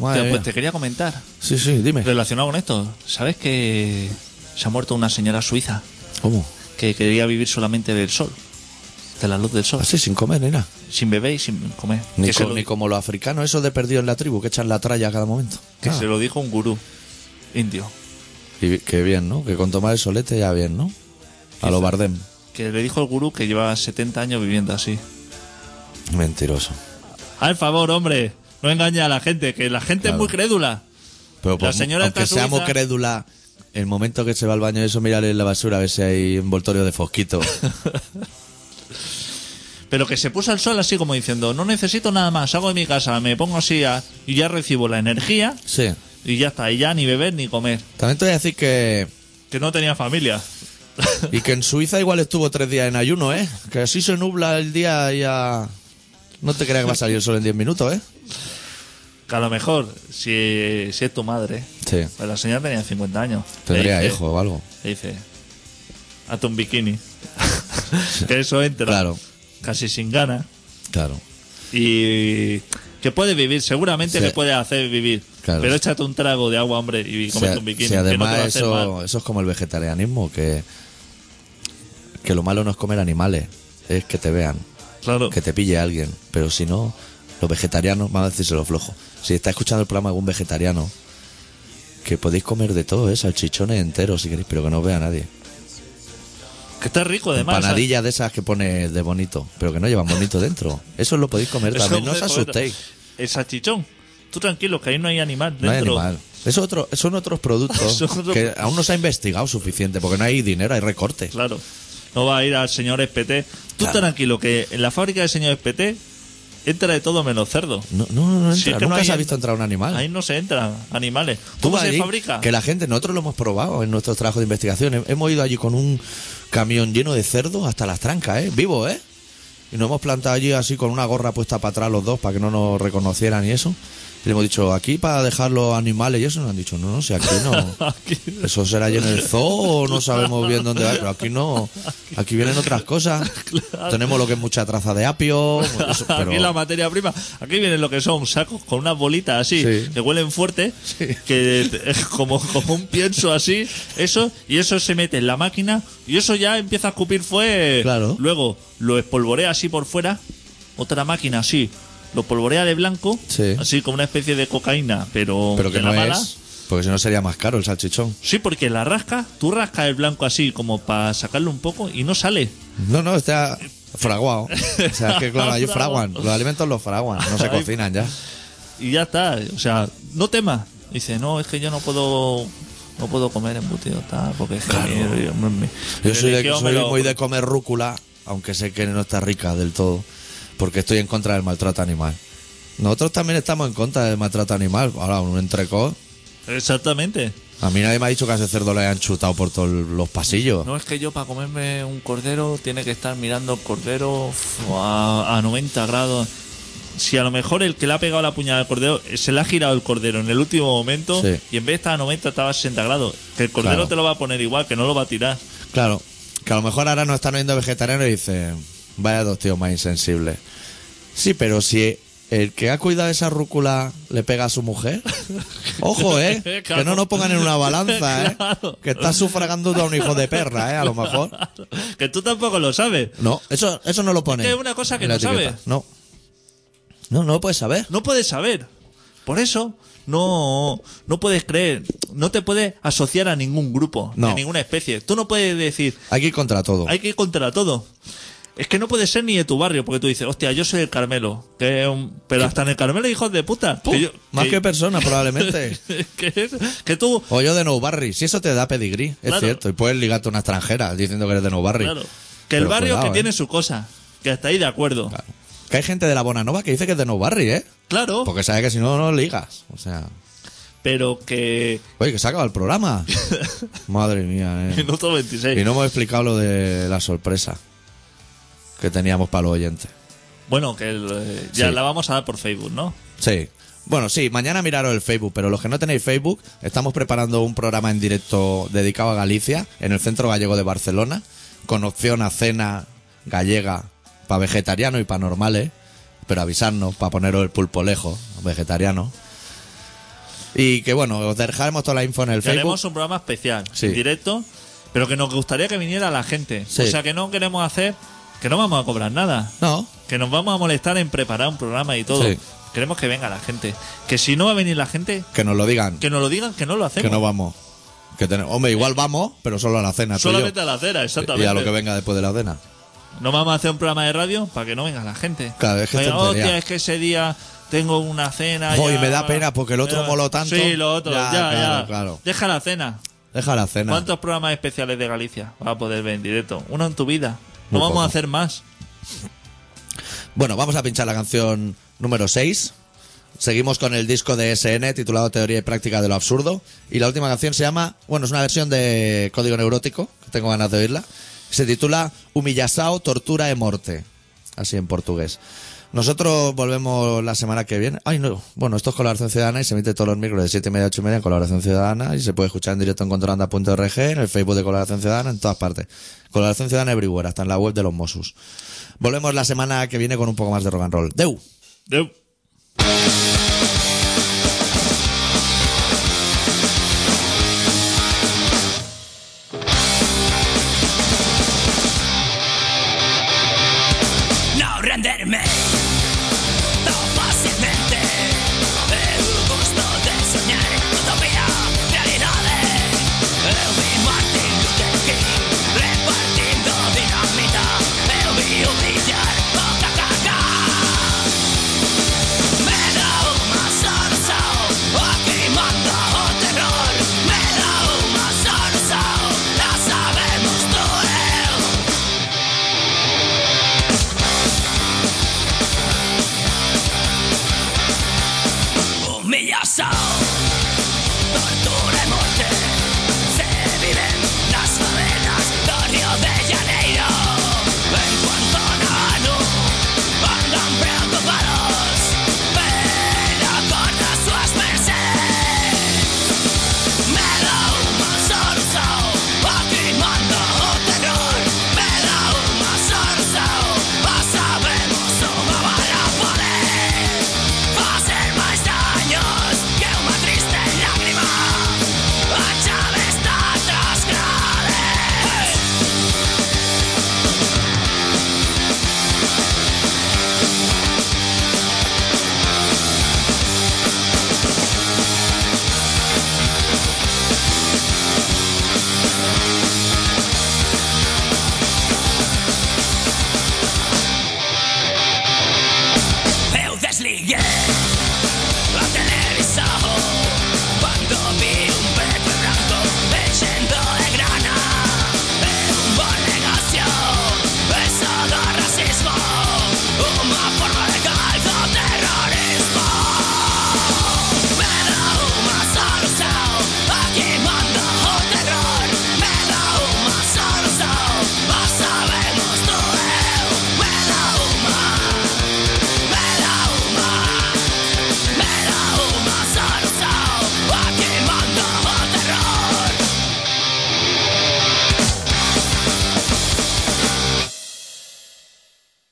S1: Madre
S2: Te-
S1: mía.
S2: pues te quería comentar,
S1: Sí, sí, dime.
S2: relacionado con esto. ¿Sabes que se ha muerto una señora suiza
S1: ¿Cómo?
S2: que quería vivir solamente del sol? De la luz del sol.
S1: Así, sin comer ni nada.
S2: Sin bebé y sin comer.
S1: Pues- Ni,
S2: que se
S1: co-
S2: lo-
S1: ni como los africanos, eso de perdido en la tribu, que echan la tralla a cada momento.
S2: que
S1: Ah,
S2: se lo dijo un gurú indio.
S1: y vi- que bien, ¿no? Que con tomar el solete ya bien, ¿no? A lo Bardem.
S2: Que le dijo el gurú que llevaba 70 años viviendo así.
S1: Mentiroso.
S2: Al favor, hombre, no engaña a la gente, que la gente
S1: Claro.
S2: es muy crédula.
S1: Pero
S2: La
S1: pues,
S2: señora
S1: aunque
S2: está
S1: sea muy
S2: suiza.
S1: crédula, el momento que se va al baño, eso, mírale en la basura a ver si hay envoltorio de
S2: [LAUGHS]
S1: fosquito.
S2: Pero que se puso al sol así como diciendo, no necesito nada más, salgo de mi casa, me pongo así a- y ya recibo la energía
S1: sí.
S2: y ya está, y ya ni beber ni comer.
S1: También te voy a decir que.
S2: Que no tenía familia.
S1: Y que en Suiza igual estuvo tres días en ayuno, ¿eh? Que así se nubla el día y ya. No te creas que va a salir el sol en 10 minutos, ¿eh?
S2: Que a lo mejor, si, si es tu madre,
S1: Sí.
S2: pues la señora tenía 50 años. Le
S1: Tendría
S2: dice-
S1: hijo o algo.
S2: le dice, hazte un bikini. [LAUGHS] que eso entra.
S1: Claro.
S2: Casi sin ganas.
S1: Claro.
S2: y que puede vivir, seguramente
S1: Sí.
S2: le puede hacer vivir.
S1: Claro.
S2: Pero échate un trago de agua, hombre, y
S1: O
S2: comete
S1: sea,
S2: un bikini.
S1: si
S2: que no te
S1: además
S2: va a hacer mal.
S1: eso, eso es como el vegetarianismo, que. Que lo malo no es comer animales, es que te vean,
S2: Claro.
S1: [LAUGHS] que te pille alguien. Pero si no, los vegetarianos, vamos a decírselo flojo. Si está escuchando el programa algún vegetariano, que podéis comer de todo, ¿eh? Salchichones enteros si queréis, pero que no os vea nadie.
S2: Que está rico, además.
S1: Panadilla de esas que pone de bonito, pero que no llevan bonito dentro. Eso lo podéis comer
S2: ¿sabes? Eso
S1: también, no os
S2: puede comer.
S1: asustéis.
S2: El salchichón. Tú tranquilo, que ahí no hay animal dentro.
S1: No hay animal. Es otro, son otros productos
S2: [LAUGHS] Son otros-
S1: que aún no se ha investigado suficiente porque no hay dinero, hay recortes.
S2: Claro. No va a ir al señor Espete. Tú
S1: Claro.
S2: tranquilo, que en la fábrica del señor Espete entra de todo menos cerdo.
S1: No, no, no entra.
S2: Si es que no
S1: Nunca
S2: hay-
S1: se ha visto entrar un animal.
S2: Ahí no se entran animales.
S1: Tú
S2: ¿Cómo
S1: vas
S2: se
S1: allí,
S2: fabrica?
S1: Que la gente, nosotros lo hemos probado en nuestros trabajos de investigación. Hem- Hemos ido allí con un camión lleno de cerdos hasta las trancas, ¿eh? Vivo, ¿eh? Y nos hemos plantado allí así con una gorra puesta para atrás los dos para que no nos reconocieran y eso. Y le hemos dicho, aquí para dejar los animales y eso. Y nos han dicho, no, no, si aquí no.
S2: [LAUGHS] Aquí-
S1: Eso será allí en
S2: [LAUGHS]
S1: el zoo o no sabemos bien dónde va, pero aquí no. Aquí vienen otras
S2: [LAUGHS]
S1: cosas. Tenemos lo que es mucha traza de apio. pues eso, pero-
S2: Aquí la materia prima. Aquí vienen lo que son sacos con unas bolitas así,
S1: Sí.
S2: que huelen fuerte, que te- es como, como un pienso así, eso, y eso se mete en la máquina, y eso ya empieza a escupir fue.
S1: Claro.
S2: Luego lo espolvorea así por fuera, otra máquina así, lo polvorea de blanco,
S1: Sí.
S2: así como una especie de cocaína, pero,
S1: pero que
S2: de la
S1: no
S2: mala.
S1: es. Porque si no sería más caro el salchichón.
S2: Sí, porque la rasca, tú rascas el blanco así como para sacarlo un poco y no sale.
S1: No, no, está fraguado. O sea, es que claro, allí fraguan. Los alimentos los fraguan, no se
S2: Ahí-
S1: cocinan ya.
S2: y ya está. O sea, no temas. Dice, no, es que yo no puedo no puedo comer embutido tal, porque es que mi- mi- mi-
S1: Yo soy, de-
S2: religión
S1: soy
S2: me lo-
S1: muy de comer rúcula, aunque sé que no está rica del todo, porque estoy en contra del maltrato animal. Nosotros también estamos en contra del maltrato animal. Ahora, un entrecot.
S2: Exactamente.
S1: A mí nadie me ha dicho que a ese cerdo le han chutado por todos los pasillos.
S2: No es que yo para comerme un cordero tiene que estar mirando el cordero uf, a, a 90 grados. Si a lo mejor el que le ha pegado la puñada al cordero eh, se le ha girado el cordero en el último momento
S1: Sí.
S2: y en vez de estar a 90 estaba a 60 grados. Que el cordero
S1: Claro.
S2: te lo va a poner igual, que no lo va a tirar.
S1: Claro, que a lo mejor ahora no están viendo vegetarianos y dicen, vaya dos tíos más insensibles. Sí, pero si el que ha cuidado esa rúcula le pega a su
S2: [LAUGHS]
S1: mujer, ojo, ¿eh? Que no nos pongan en una balanza, ¿eh?
S2: Claro.
S1: Que está sufragando a un hijo de perra, ¿eh? A lo mejor.
S2: [LAUGHS] que tú tampoco lo sabes.
S1: No, eso, eso no lo pone.
S2: Es que es una cosa que
S1: en la
S2: no sabe.
S1: etiqueta. No. No, no lo puedes saber.
S2: No puedes saber. Por eso no, no puedes creer, no te puedes asociar a ningún grupo,
S1: No.
S2: a ninguna especie. Tú no puedes decir,
S1: Hay que ir contra todo.
S2: hay que ir contra todo. Es que no puede ser ni de tu barrio, porque tú dices, hostia, yo soy el Carmelo. Que es un- Pero hasta en el Carmelo, hijos de puta.
S1: Puh,
S2: que yo-
S1: Más que
S2: [LAUGHS] que,
S1: persona, probablemente.
S2: que es- que tú...
S1: O yo de No Barry, si eso te da pedigrí, es
S2: Claro.
S1: cierto. Y puedes ligarte a una extranjera diciendo que eres de No Barry.
S2: Claro, que el
S1: Pero
S2: barrio
S1: cuidado,
S2: que
S1: ¿eh?
S2: tiene su cosa. Que hasta ahí de acuerdo.
S1: Claro. Que hay gente de la Bonanova que dice que es de No Barry, ¿eh?
S2: Claro,
S1: Porque sabe que si no, no ligas. O sea,
S2: pero que... [LAUGHS]
S1: oye, que se acaba el programa. Madre mía, ¿eh?
S2: Minuto 26.
S1: Y no hemos explicado lo de la sorpresa que teníamos para los oyentes.
S2: Bueno, que el, eh, ya
S1: Sí.
S2: la vamos a dar por Facebook, ¿no?
S1: Sí. Bueno, sí, mañana miraros el Facebook, pero los que no tenéis Facebook, estamos preparando un programa en directo dedicado a Galicia, en el Centro Gallego de Barcelona, con opción a cena gallega para vegetarianos y para normales, pero avisarnos para poneros el pulpo lejos, vegetariano. Y que bueno, os dejaremos toda la info en el
S2: Que
S1: Facebook.
S2: haremos un programa especial,
S1: Sí.
S2: en directo, pero que nos gustaría que viniera la gente.
S1: Sí.
S2: O sea, que no queremos hacer, que no vamos a cobrar nada,
S1: No,
S2: que nos vamos a molestar en preparar un programa y todo.
S1: Sí.
S2: Queremos que venga la gente. Que si no va a venir la gente,
S1: que nos lo digan,
S2: que nos lo digan, que no lo
S1: que
S2: hacemos.
S1: no vamos. Que tenemos- Hombre, igual vamos, pero solo a la cena. tú y yo.
S2: Solamente a la acera, exactamente.
S1: Y a lo que venga después de la cena.
S2: No vamos a hacer un programa de radio para que no venga la gente.
S1: Claro, es que
S2: Oiga,
S1: tontería.
S2: hostia, es que ese día tengo una cena.
S1: Jo,
S2: ya-
S1: y me da pena porque el otro
S2: Ya-
S1: moló tanto.
S2: Sí, lo otro,
S1: Ya,
S2: ya, ya.
S1: claro, claro.
S2: Deja la cena.
S1: Deja la cena.
S2: ¿Cuántos programas especiales de Galicia vas a poder ver en directo? Uno en tu vida. No
S1: Muy
S2: vamos
S1: poco.
S2: a hacer más.
S1: Bueno, vamos a pinchar la canción número 6. Seguimos con el disco de SN titulado Teoría y Práctica de lo Absurdo. Y la última canción se llama, bueno, es una versión de Código Neurótico, que tengo ganas de oírla. Se titula Humillasao, Tortura e Morte. Así en portugués. Nosotros volvemos la semana que viene. Ay, no. Bueno, esto es Colaboración Ciudadana y se emite todos los micros de 7 y media a 8 y media en Colaboración Ciudadana y se puede escuchar en directo en controlanda.org, en el Facebook de Colaboración Ciudadana, en todas partes. Colaboración Ciudadana everywhere, hasta en la web de los Mossos. Volvemos la semana que viene con un poco más de rock and roll. ¡Deu!
S2: Deu.
S3: er er er oh, e